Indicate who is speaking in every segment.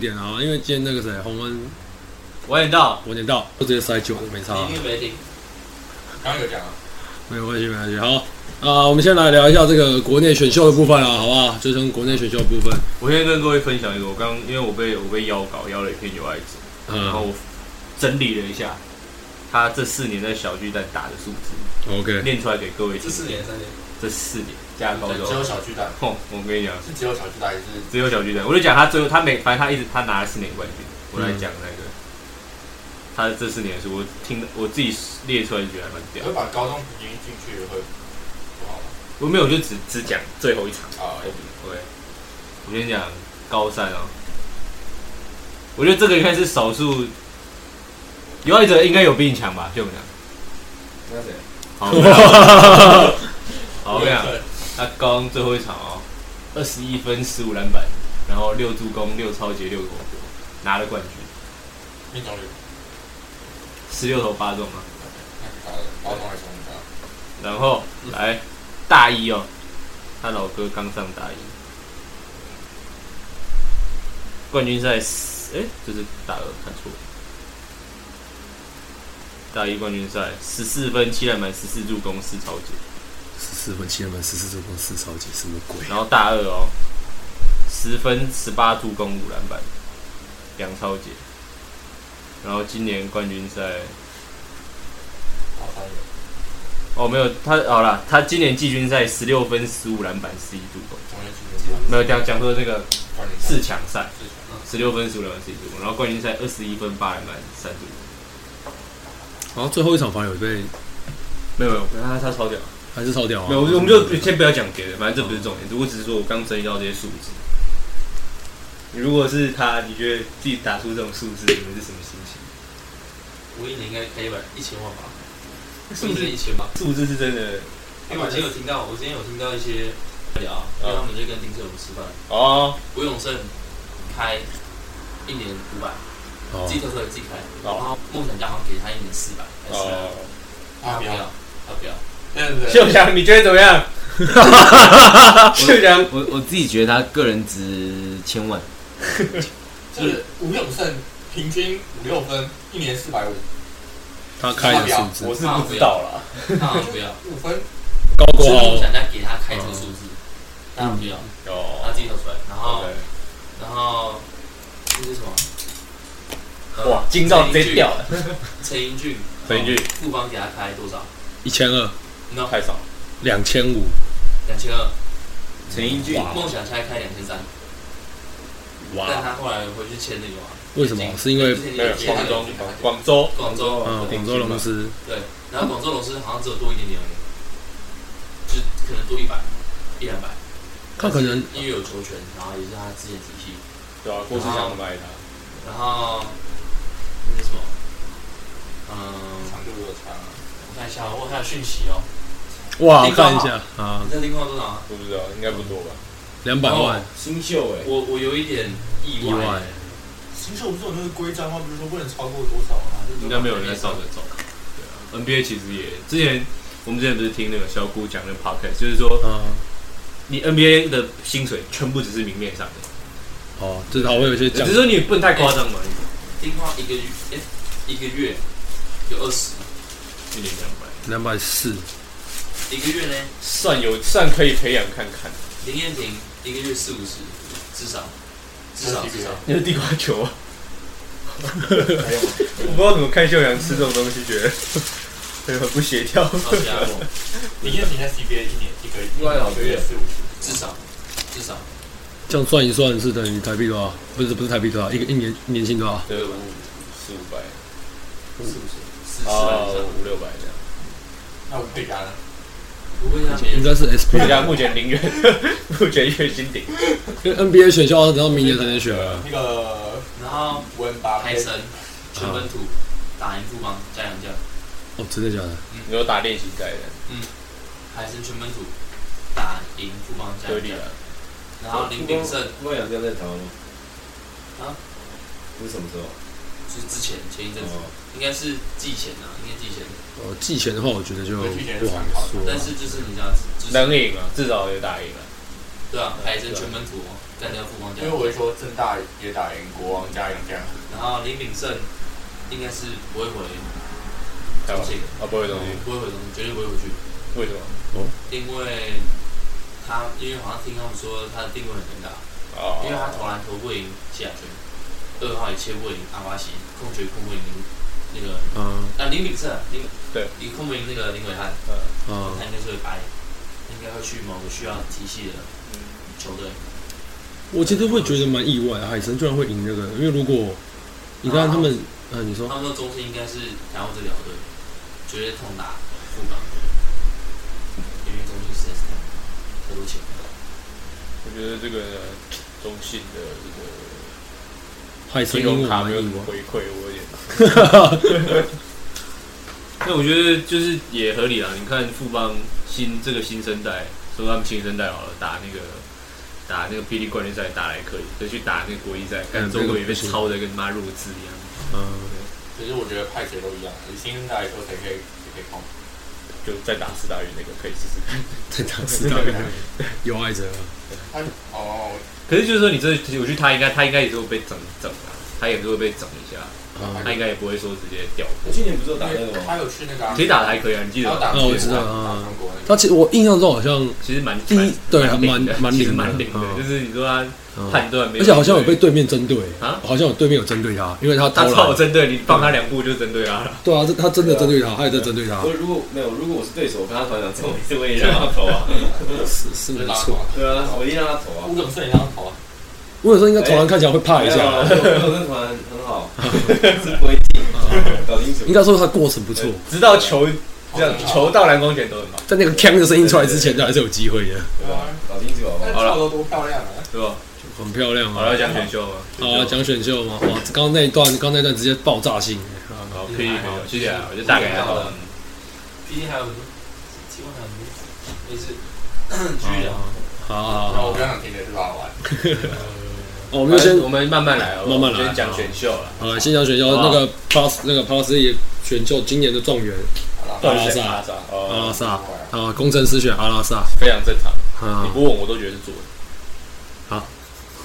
Speaker 1: 点啊，因为今天那个谁洪恩
Speaker 2: 我也到，
Speaker 1: 我点到，就直接塞酒了，没差啊、
Speaker 2: 你一定没听。
Speaker 3: 刚刚有讲啊，
Speaker 1: 没有关系，没关系。好，啊、我们先来聊一下这个国内选秀的部分啊，好不好？就从国内选秀的部分，
Speaker 4: 我先跟各位分享一个，我刚因为我被我被邀稿邀了一篇有爱者，然后
Speaker 1: 嗯
Speaker 4: 我整理了一下他这四年在小巨蛋打的数字，
Speaker 1: ，OK，
Speaker 4: 念出来给各位
Speaker 2: 这
Speaker 4: 听。
Speaker 2: 四年三年，
Speaker 4: 这四年加高中
Speaker 3: 只，有小巨蛋，
Speaker 4: 哼，我跟你讲，
Speaker 3: 是只有小巨蛋还是
Speaker 4: 只有小巨蛋，我就讲他最后他每反正他一直他拿了四年冠军，我来讲那
Speaker 3: 嗯
Speaker 4: 个、他这四年是我听我自己列出来就觉得还蛮屌
Speaker 3: 我会，把高中平均进去会不好吗？
Speaker 4: 我没有我就只只讲最后一场。
Speaker 3: 啊，
Speaker 4: 对，我跟你讲，高三哦，我觉得这个应该是少数，有爱者应该有比你强吧，就我们讲。
Speaker 3: 那谁？
Speaker 4: 好，我跟你 讲好，我跟你讲，
Speaker 3: 哦对啊
Speaker 4: 他高中最后一场哦，二十一分、十五篮板，然后六助攻、六超节、六火锅，拿了冠军，
Speaker 3: 命中率，
Speaker 4: 十六投八中啊。
Speaker 3: 那是高的，高中还是我们高？
Speaker 4: 然后来大一哦，他老哥刚上大一，冠军赛四，哎、这是大二看错了，大一冠军赛十四分七篮板十四助攻四超级，
Speaker 1: 十四分七篮板，十四助攻，四超级，什么鬼？
Speaker 4: 然后大二哦，十分十八助攻五篮板两超级，然后今年冠军赛
Speaker 3: 高三有，
Speaker 4: 哦没有他好了，他今年季军赛十六分十五篮板十一助攻，
Speaker 3: 中间进去
Speaker 4: 没有讲讲说这个
Speaker 3: 冠军
Speaker 4: 四强赛。
Speaker 3: 四强，
Speaker 4: 十六分、十五篮板、十一助攻，然后冠军赛二十一分、八篮板、三助攻。
Speaker 1: 然后最后一场反而有被
Speaker 4: 没有没有，他他超屌。哦
Speaker 1: 还是超屌啊！
Speaker 4: 没有，我们就先不要讲别的，反正这不是重点。我只是说我刚整理到这些数字。哦你如果是他，你觉得自己打出这种数字，你们是什么心情？
Speaker 2: 我一年应该可以吧，一千万吧，是不是一千万？
Speaker 4: 数字是真的
Speaker 2: 因哎为我今天有听到，我今天有听到一些聊，因为他们就跟丁志勇吃饭，
Speaker 1: 啊
Speaker 4: 哦
Speaker 2: 吴永胜开一年五百，
Speaker 1: 哦
Speaker 2: 自己特色自己开，然
Speaker 4: 哦
Speaker 2: 后梦想家好像给他一年四百，还是
Speaker 4: 哦。
Speaker 2: 他不要，
Speaker 3: 啊，
Speaker 2: 他不要，
Speaker 3: 不要，对
Speaker 4: 秀强，你觉得怎 么样？秀强，
Speaker 5: 我我自己觉得他个人值千万，
Speaker 3: 就是吴永胜平均五六分，一年四百五，
Speaker 1: 他开的数字
Speaker 4: 我是不知道啦。
Speaker 2: 他好像不 要，
Speaker 3: 五分，
Speaker 1: 高
Speaker 2: 是
Speaker 1: 过
Speaker 2: 梦
Speaker 1: 豪，
Speaker 2: 想家给他开这个数字，他不要，他
Speaker 4: 哦
Speaker 2: 自己跳出来，然后
Speaker 4: OK
Speaker 2: 然后这是什么？呃
Speaker 4: 哇，金照直接掉了。
Speaker 2: 陈英俊，
Speaker 4: 陈英俊
Speaker 2: 富邦给他开多少？
Speaker 1: 一千二，
Speaker 2: no
Speaker 4: 太少了。
Speaker 1: 两千五，
Speaker 2: 两千二，
Speaker 5: 陈英俊
Speaker 2: 梦想家开两千三，但
Speaker 1: 哇！
Speaker 2: 他后来回去签那个嘛，
Speaker 1: 为什么？是因为
Speaker 2: 就是
Speaker 4: 没有
Speaker 2: 那个
Speaker 4: 广州，广州，
Speaker 2: 广州，
Speaker 1: 嗯，广州龙狮
Speaker 2: 对，然后广州龙狮好像只有多一点点而已，就可能多一百、一两百。
Speaker 1: 他可能
Speaker 2: 但是因为有球权，然后也是他之前体系，
Speaker 4: 对啊，郭
Speaker 2: 志祥
Speaker 4: 买他。
Speaker 2: 然后那是什么？嗯，
Speaker 3: 长度有差，
Speaker 2: 我看一下，我还有讯息哦。
Speaker 1: 哇，
Speaker 2: 地方
Speaker 1: 看一下啊
Speaker 2: 你，这听况多少？
Speaker 4: 我不知道，应该不多吧？
Speaker 1: 两百万，
Speaker 5: 新秀
Speaker 4: 欸
Speaker 5: 哎，
Speaker 2: 我我有一点意
Speaker 1: 意
Speaker 2: 外
Speaker 1: 外，
Speaker 3: 新秀不是有那个规章吗？不是说不能超过多少吗？
Speaker 4: 应该没有人在上这种。对啊，NBA 其实也之前我们之前不是听那个小姑讲那个 podcast，就是说
Speaker 1: 啊，
Speaker 4: 你 NBA 的薪水全部只是明面上的，
Speaker 1: 哦，至少会有一些
Speaker 4: 只
Speaker 1: 奖
Speaker 4: 是，说你不能太夸张嘛，
Speaker 2: 听况一个月，哎，一个月有二十，
Speaker 4: 一年两百，
Speaker 1: 两百四，
Speaker 2: 一个月呢，
Speaker 4: 算有算可以培养看看。
Speaker 2: 林彦廷一个月四五十，至少，至少至少。
Speaker 4: 那是地瓜球 啊！
Speaker 3: 还有吗？
Speaker 4: 我不知道怎么看秀阳吃这种东西，觉得 很不协调。
Speaker 2: 超级阿莫，
Speaker 3: 林彦廷在 CBA 一年一个
Speaker 5: 另外老
Speaker 3: 一个月
Speaker 5: 哥
Speaker 3: 四五十，
Speaker 2: 至少至少
Speaker 1: 这样算一算是等于台币多少？不是不是台币多少？一个一年年薪多少？
Speaker 4: 对，五四五百，
Speaker 2: 四五十，四四万以
Speaker 4: 哦
Speaker 2: 上。
Speaker 4: 五六百这样。
Speaker 3: 那我被压了。
Speaker 2: 不会啊，
Speaker 1: 应
Speaker 2: 没
Speaker 1: 该是 SP，
Speaker 4: 人家目前零元， 目前月薪顶。
Speaker 1: 因为 NBA 选秀要啊等到明年才能选啊。
Speaker 3: 那个
Speaker 2: 然后
Speaker 3: 文巴
Speaker 2: 海
Speaker 3: 佩，
Speaker 2: 神全本土打赢富邦加两将，
Speaker 1: 哦，真的假的？
Speaker 4: 你说打练习赛的，
Speaker 2: 海神全本土打赢富邦加
Speaker 4: 合
Speaker 2: 两
Speaker 4: 理
Speaker 2: 将，
Speaker 4: 啊。
Speaker 2: 然后林炳胜
Speaker 5: 郭阳在台湾吗？
Speaker 2: 啊？
Speaker 5: 是什么时候？
Speaker 2: 就是之前前一阵子
Speaker 5: 哦，
Speaker 2: 应该是季前啊，应该季前，
Speaker 1: 哦，季前的话，我觉得就
Speaker 3: 对季前
Speaker 1: 不
Speaker 3: 是
Speaker 1: 好
Speaker 3: 参考
Speaker 1: 说啊。
Speaker 2: 但是就是你知道，就是
Speaker 4: 能赢啊，至少有打赢了。
Speaker 2: 对啊，海神全本土哦，干掉富邦
Speaker 3: 因为，
Speaker 2: 家
Speaker 3: 我会说正大也打赢国王加杨这样，
Speaker 2: 然后林炳胜应该是不会回
Speaker 6: 台湾
Speaker 2: 中信的，
Speaker 6: 啊，不会的东西，
Speaker 2: 不会回中信，绝对不会回去，
Speaker 6: 为什么？
Speaker 2: 因为他因为好像听他们说他的定位很难打，
Speaker 6: 啊，
Speaker 2: 因为他投篮投不赢谢亚轩，二号也切不赢阿巴西，控球也控不赢林那个
Speaker 1: 嗯
Speaker 2: 啊林炳胜啊林
Speaker 6: 对，
Speaker 2: 你控不赢那个林伟汉，
Speaker 1: 嗯
Speaker 2: 他，应该是会掰，应该会去某个需要体系的球队。
Speaker 1: 我其实会觉得蛮意外，海神居然会赢这个，因为如果你看他们，呃，你说
Speaker 2: 他们说中信应该是台湾最了队，绝对痛打富邦，因为中信实在是太多钱了。
Speaker 6: 我觉得这个呢中信的这
Speaker 1: 海
Speaker 6: 个
Speaker 1: 神
Speaker 6: 信
Speaker 1: 赢
Speaker 6: 用
Speaker 1: 我
Speaker 6: 卡
Speaker 1: 蛮
Speaker 6: 没有
Speaker 1: 意
Speaker 6: 什么
Speaker 1: 外，
Speaker 6: 回馈，我有点
Speaker 4: 那我觉得就是也合理啦。你看富邦新这个新生代，说他们新生代好了，打那个打那个霹雳冠军赛打来可以，可是去打那个国际赛，看
Speaker 1: 嗯
Speaker 4: 中
Speaker 1: 这
Speaker 4: 国
Speaker 1: 个
Speaker 4: 也被
Speaker 1: 不行
Speaker 4: 抄的跟妈弱智一样，
Speaker 1: 嗯。
Speaker 3: 其实我觉得派谁都一样，以新生代来说谁可以谁可以控。
Speaker 6: 就再打四大运那个可以试试看。
Speaker 1: 在当时大概有爱者，啊
Speaker 3: 他哦，
Speaker 4: 可是就是说你这我去他应该他应该也是会被整整的啊，他也是会被整一下，
Speaker 1: 啊，
Speaker 4: 他应该也不会说直接掉过。
Speaker 7: 去年不是有打
Speaker 3: 因
Speaker 7: 那个
Speaker 3: 为
Speaker 7: 吗？
Speaker 3: 他有去那个啊，
Speaker 4: 其实打的还可以啊，你记
Speaker 3: 他
Speaker 4: 得吗？
Speaker 3: 有打
Speaker 1: 哦我知道
Speaker 3: 打
Speaker 1: 嗯
Speaker 3: 中国那个
Speaker 1: 他其实我印象中好像，
Speaker 4: 其实蛮
Speaker 1: 第一
Speaker 4: 蛮
Speaker 1: 对还
Speaker 4: 蛮的
Speaker 1: 蛮蛮
Speaker 4: 其实
Speaker 1: 灵的
Speaker 4: 蛮灵的，
Speaker 1: 嗯
Speaker 4: 就是你说他
Speaker 1: 嗯
Speaker 4: 判断没
Speaker 1: 而
Speaker 4: 有，
Speaker 1: 且好像有被对面针对
Speaker 4: 啊
Speaker 1: 好像有对面有针对他，因为他
Speaker 4: 他
Speaker 1: 投
Speaker 4: 超有
Speaker 1: 篮，
Speaker 4: 针对你，放他两步就针对他了。
Speaker 1: 对啊，这他真的针对他，他也在针对他
Speaker 7: 我，如果没有，如果我是对手，我跟他团长这种意思，我也让他投啊。
Speaker 1: 是是没
Speaker 3: 就拉
Speaker 1: 错。
Speaker 3: 垮
Speaker 7: 对啊，我一定让他投啊。
Speaker 3: 吴永胜也这样投啊，
Speaker 1: 我有时候应该投篮看起来会怕一下，
Speaker 7: 没有啊我跟团很好，是不会进，搞清楚
Speaker 1: 嗯应。该说他过程不错，
Speaker 4: 直到球这样
Speaker 3: 投得好
Speaker 4: 球到篮筐前都很忙，
Speaker 1: 在那个锵的声音出来之前，都还是有机会的，
Speaker 7: 对吧？搞清楚好不
Speaker 3: 啊但
Speaker 7: 好？
Speaker 3: 是跳得多漂亮啊！
Speaker 4: 对吧？
Speaker 1: 很漂亮
Speaker 4: 好了，
Speaker 1: 啊。
Speaker 4: 讲选秀吧。
Speaker 1: 好啊，讲选秀嘛，哇，刚刚那一段，刚刚那一段直接爆炸性，
Speaker 4: 好，可以，可以，谢谢啊，我就大概还好。嗯
Speaker 2: 毕竟还有很多，希望还有很多，也是 居然
Speaker 1: 啊
Speaker 2: 呃
Speaker 1: 好
Speaker 3: 然后
Speaker 1: 好
Speaker 3: 我
Speaker 1: 好，
Speaker 3: 刚想听的是拉完，
Speaker 1: 哦我们就先
Speaker 4: 我们慢慢来哦，
Speaker 1: 慢慢来
Speaker 4: 先讲选秀了。
Speaker 1: 好了，先讲选秀那个 Plus 那个 Plus 也选秀今年的状元
Speaker 3: 好
Speaker 6: 到
Speaker 3: 了，
Speaker 6: 底是谁打
Speaker 1: 阿
Speaker 6: 哦，
Speaker 1: 拉萨啊，工程师选阿拉萨
Speaker 6: 非常正常。你
Speaker 1: 啊，
Speaker 6: 不问我都觉得是左的。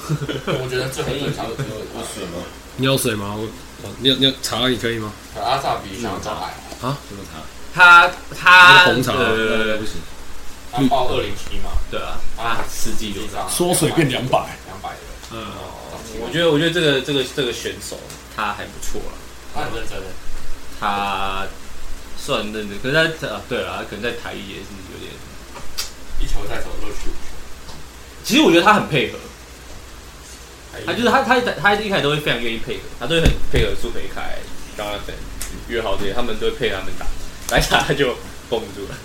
Speaker 3: 我觉得最
Speaker 7: 可
Speaker 3: 很
Speaker 7: 以有
Speaker 3: 正常。
Speaker 7: 有有水吗？
Speaker 1: 你要水吗？我哦你你查你可以吗？
Speaker 3: 可阿萨比想要找矮，啊
Speaker 7: 什么茶？
Speaker 4: 他他
Speaker 1: 那个红茶
Speaker 4: 呃
Speaker 7: 不，行，
Speaker 3: 他报二零七嘛，
Speaker 4: 对啊，
Speaker 3: 啊，
Speaker 4: 实际就
Speaker 3: 地上
Speaker 1: 两百，
Speaker 3: 两百的，
Speaker 4: 嗯，
Speaker 3: 哦
Speaker 4: 我，觉得我觉得这个这个这个选手他还不错了，
Speaker 3: 他很认真的，
Speaker 4: 他算认真，可是他啊，对了，他可能在台一也是有点。
Speaker 3: 一球在手，乐趣无穷。
Speaker 4: 其实我觉得他很配合，他就是
Speaker 3: 他
Speaker 4: 他他他一开始都会非常愿意配合，他都会很
Speaker 6: 配合苏培凯、张安等约好这些，他们都会配合他们打，来打他就绷不住了，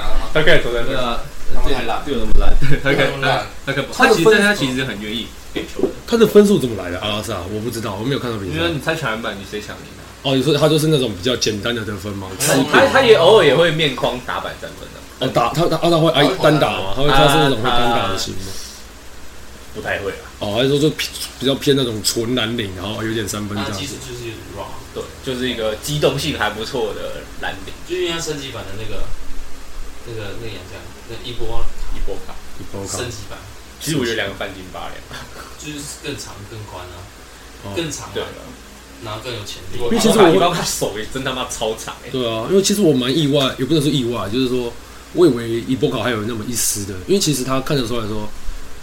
Speaker 3: 啊，
Speaker 6: 他开始投三分。
Speaker 4: 啊，
Speaker 3: 他们太烂，
Speaker 7: 对我那么烂，
Speaker 4: 他可以他他可以他其实但他其实很愿意给球的，
Speaker 1: 他的分数怎么来的？阿拉萨我不知道，我没有看到比
Speaker 4: 你
Speaker 1: 赛
Speaker 4: 说。你猜抢篮板，你谁抢赢啊？
Speaker 1: 哦，你说他就是那种比较简单的得分吗？
Speaker 3: 他
Speaker 1: 是
Speaker 4: 他他也偶尔也会面框打板啊三分的，
Speaker 1: 哦打他他他会挨单打吗？他会他是那种会单打的型吗？
Speaker 6: 不太会啊，
Speaker 1: 哦，还是说就比较偏那种纯蓝领，然后有点三分
Speaker 2: 他
Speaker 1: 这
Speaker 2: 的
Speaker 1: 样
Speaker 2: 技
Speaker 1: 子
Speaker 2: 术？就是有点 raw，
Speaker 4: 对，就是一个机动性还不错的蓝领
Speaker 2: 就因为他升级版的那个那个那个杨将，那一波
Speaker 6: 一波卡。
Speaker 1: 你包卡
Speaker 2: 升级版
Speaker 6: 其实我觉得两个半斤八两，
Speaker 2: 就是更长更宽啊
Speaker 1: 哦，
Speaker 2: 更长
Speaker 6: 对
Speaker 2: 嘛，然后更有潜力
Speaker 3: 因。
Speaker 1: 为其实我
Speaker 6: 一包卡手也真他妈超长
Speaker 4: 欸
Speaker 6: 哎，
Speaker 1: 对啊，因为其实我蛮意外，也不能说意外，就是说，我以为伊波卡还有那么一丝的，因为其实他看得出来说，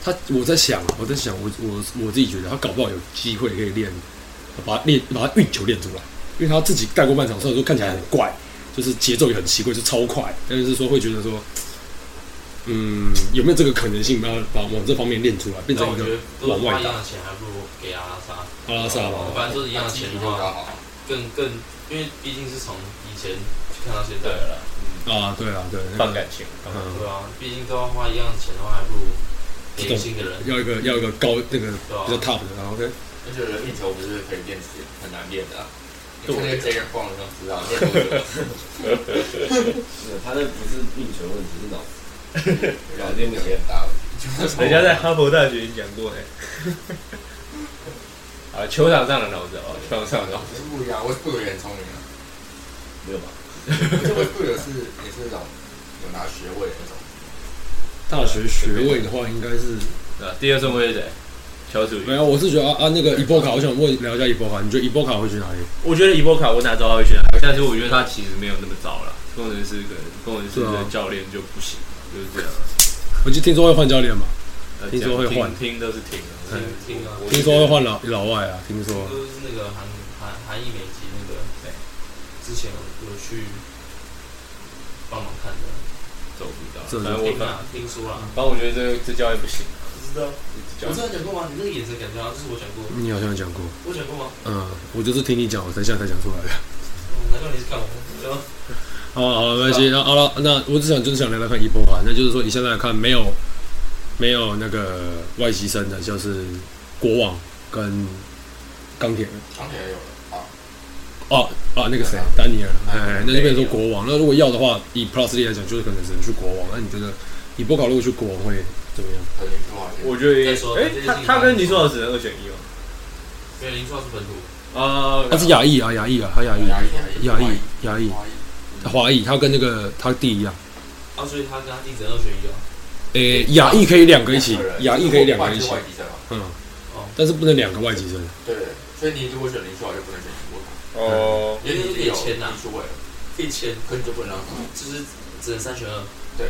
Speaker 1: 他我在想，我在想，我我我自己觉得他搞不好有机会可以练，把他练把他运球练出来，因为他自己带过半场，虽然说看起来很怪，就是节奏也很奇怪，就超快，但是说会觉得说，嗯，有没有这个可能性把他把往这方面练出来，变
Speaker 2: 但
Speaker 1: 成
Speaker 2: 我
Speaker 1: 一
Speaker 2: 觉
Speaker 1: 个
Speaker 2: 得如果花一样的钱，还不如给阿拉莎。
Speaker 1: 阿拉萨吧？
Speaker 2: 反正都是一样的钱的话，
Speaker 3: 好，
Speaker 2: 更更，因为毕竟是从以前去看到现
Speaker 6: 对
Speaker 2: 在，
Speaker 6: 了，
Speaker 1: 啊，对啊，对，那
Speaker 6: 放
Speaker 1: 个
Speaker 6: 感情，
Speaker 1: 嗯，
Speaker 2: 对啊，毕竟都要花一样的钱的话，还不如给一个新的人，
Speaker 1: 要一个要一个高那个
Speaker 2: 对吧
Speaker 1: 嗯比较？top 的，然后跟
Speaker 3: 而且人运球不是可以练习，很难练的啊。你看那个 J 跟晃就知道，练多久
Speaker 7: 是他那不是运球问题，是脑子。
Speaker 3: 然后练球也大了。
Speaker 4: 人家在哈佛大学讲过 哎，啊，球场上的脑子哦，球场上的脑子，
Speaker 3: 是不一样，我是不有也很聪明啊，
Speaker 7: 没有吧？
Speaker 3: 而且我是不有是也是那种有拿学位的那种。
Speaker 1: 大学学位的话，应该是
Speaker 8: 对吧？啊第二顺位是谁？乔楚
Speaker 1: 没有。我是觉得啊啊，那个伊波卡，我想问聊一下伊波卡，你觉得伊波卡会去哪里？
Speaker 4: 我觉得伊波卡我哪知道他会去啊哪？
Speaker 8: 但是我觉得他其实没有那么糟了，工程师可能工程师
Speaker 1: 对
Speaker 8: 的
Speaker 1: 啊
Speaker 8: 教练就不行，就是这样。啊
Speaker 1: 我就听说会换教练嘛，
Speaker 8: 呃
Speaker 1: 听说会换
Speaker 8: 听听都是听啊。
Speaker 1: 嗯
Speaker 2: 听啊，
Speaker 1: 听说会换老老外啊，听说
Speaker 2: 就是那个韩韩韩裔美籍那个，对，之前有有去帮忙看的，
Speaker 8: 走不到。
Speaker 1: 这
Speaker 4: 反正我
Speaker 2: 听
Speaker 4: 反
Speaker 2: 啊听说
Speaker 1: 嗯
Speaker 2: 啦，
Speaker 4: 反正我觉得这这教练不行，
Speaker 8: 啊
Speaker 2: 不知道，
Speaker 4: 这教练
Speaker 2: 我之前讲过吗？你那个眼神感觉好像是我讲过，
Speaker 1: 你好像有讲过，
Speaker 2: 我讲过吗？
Speaker 1: 嗯，我就是听你讲，我才现在才讲出来的。
Speaker 2: 嗯，难怪你是看我，然后
Speaker 1: 好了好了，没关系。那好了，那我只想就是想聊聊看伊波卡，那就是说你现在来看没有没有那个外籍生的，像是国王跟钢铁人
Speaker 3: 钢铁人有了啊，
Speaker 1: 哦啊那个谁丹尼尔，哎，那就变成说国王。那如果要的话，以 Plus 力来讲，就是可能只能去国王。那你觉得伊波卡如果去国王会怎么样？
Speaker 3: 可能不好
Speaker 4: 我觉得
Speaker 2: 再说
Speaker 4: 哎
Speaker 2: 这件，事
Speaker 4: 他
Speaker 2: 情
Speaker 4: 他跟你说好只能二选一哦。
Speaker 2: 没有林硕是本土，
Speaker 8: 哦
Speaker 4: 啊，
Speaker 1: 他是亚裔啊，亚裔啊，他亚裔，
Speaker 3: 亚裔
Speaker 1: 亚裔，亚裔，
Speaker 3: 华裔
Speaker 1: 他华裔，他跟那个他弟一样。
Speaker 2: 啊，所以他跟他弟只能二选一哦，
Speaker 1: 诶，亚裔可以两个一起，亚裔可以两个一
Speaker 3: 就是
Speaker 1: 起
Speaker 3: 外，籍生嘛
Speaker 1: 嗯
Speaker 2: 哦，
Speaker 1: 但是不能两个外籍生。
Speaker 3: 对，所以你如果选林书豪就不能选林书豪，
Speaker 4: 哦，
Speaker 3: 因为你自己有
Speaker 2: 有钱啊
Speaker 3: 林书伟了，
Speaker 2: 可以签，
Speaker 3: 可你就不能让他
Speaker 2: 就是只能三选二，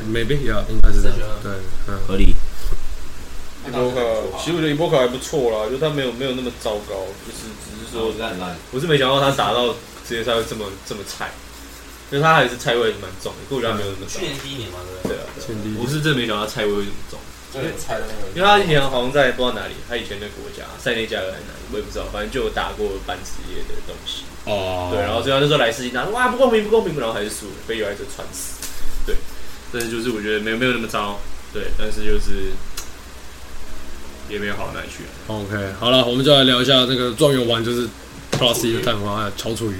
Speaker 1: Maybe 呀，应该是这样。对，嗯，
Speaker 5: 合理。
Speaker 4: 伊
Speaker 3: 那
Speaker 4: 波
Speaker 3: 当
Speaker 4: 卡
Speaker 3: 然是林书豪，
Speaker 4: 其实我觉得伊波卡还不错啦，就他没有没有那么糟糕，就是只是说
Speaker 5: 说烂烂，
Speaker 4: 我是没想到他打到职业赛会这么这么菜，因为他还是菜味蛮重的，可我觉得他没有那么糟
Speaker 2: 去。年第一年嘛，对不对？
Speaker 4: 对啊，对啊
Speaker 1: 前第一
Speaker 8: 我是真没想到蔡威会这么重，
Speaker 3: 这个猜的那个，
Speaker 4: 因为他以前好像在不知道哪里，他以前的国家塞内加尔还是哪里，我也不知道，反正就有打过半职业的东西。
Speaker 1: 哦，
Speaker 4: 对，然后所以他那时候来世纪打，哇不公平不公平，然后还是输了，被 U I 就穿死。对，但是就是我觉得没有没有那么糟，对，但是就是也没有好到哪里去啊。
Speaker 1: OK，好了，我们就来聊一下那个状元王，就是 Plus 一的探花哎乔楚瑜。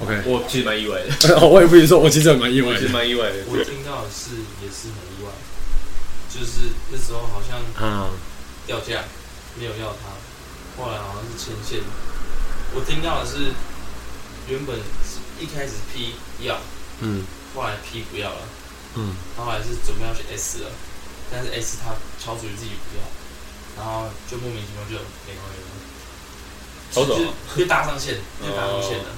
Speaker 1: OK，
Speaker 4: 我其实蛮意外的，
Speaker 1: 我也不是说，我其实还蛮意
Speaker 4: 我
Speaker 1: 外
Speaker 4: 其实
Speaker 1: 的。
Speaker 4: 蛮意外的。
Speaker 2: 我听到的是也是很意外，就是那时候好像
Speaker 1: 啊，
Speaker 2: 掉价，没有要他，后来好像是牵线。我听到的是原本是一开始 P 要，
Speaker 1: 嗯
Speaker 2: 后来 P 不要了，
Speaker 1: 嗯，
Speaker 2: 然后后来是准备要去 S 了，但是 S 他乔楚瑜自己不要，然后就莫名其妙就领回了，
Speaker 4: 好走啊
Speaker 2: 就就搭上线，
Speaker 1: 哦
Speaker 2: 就搭上线了，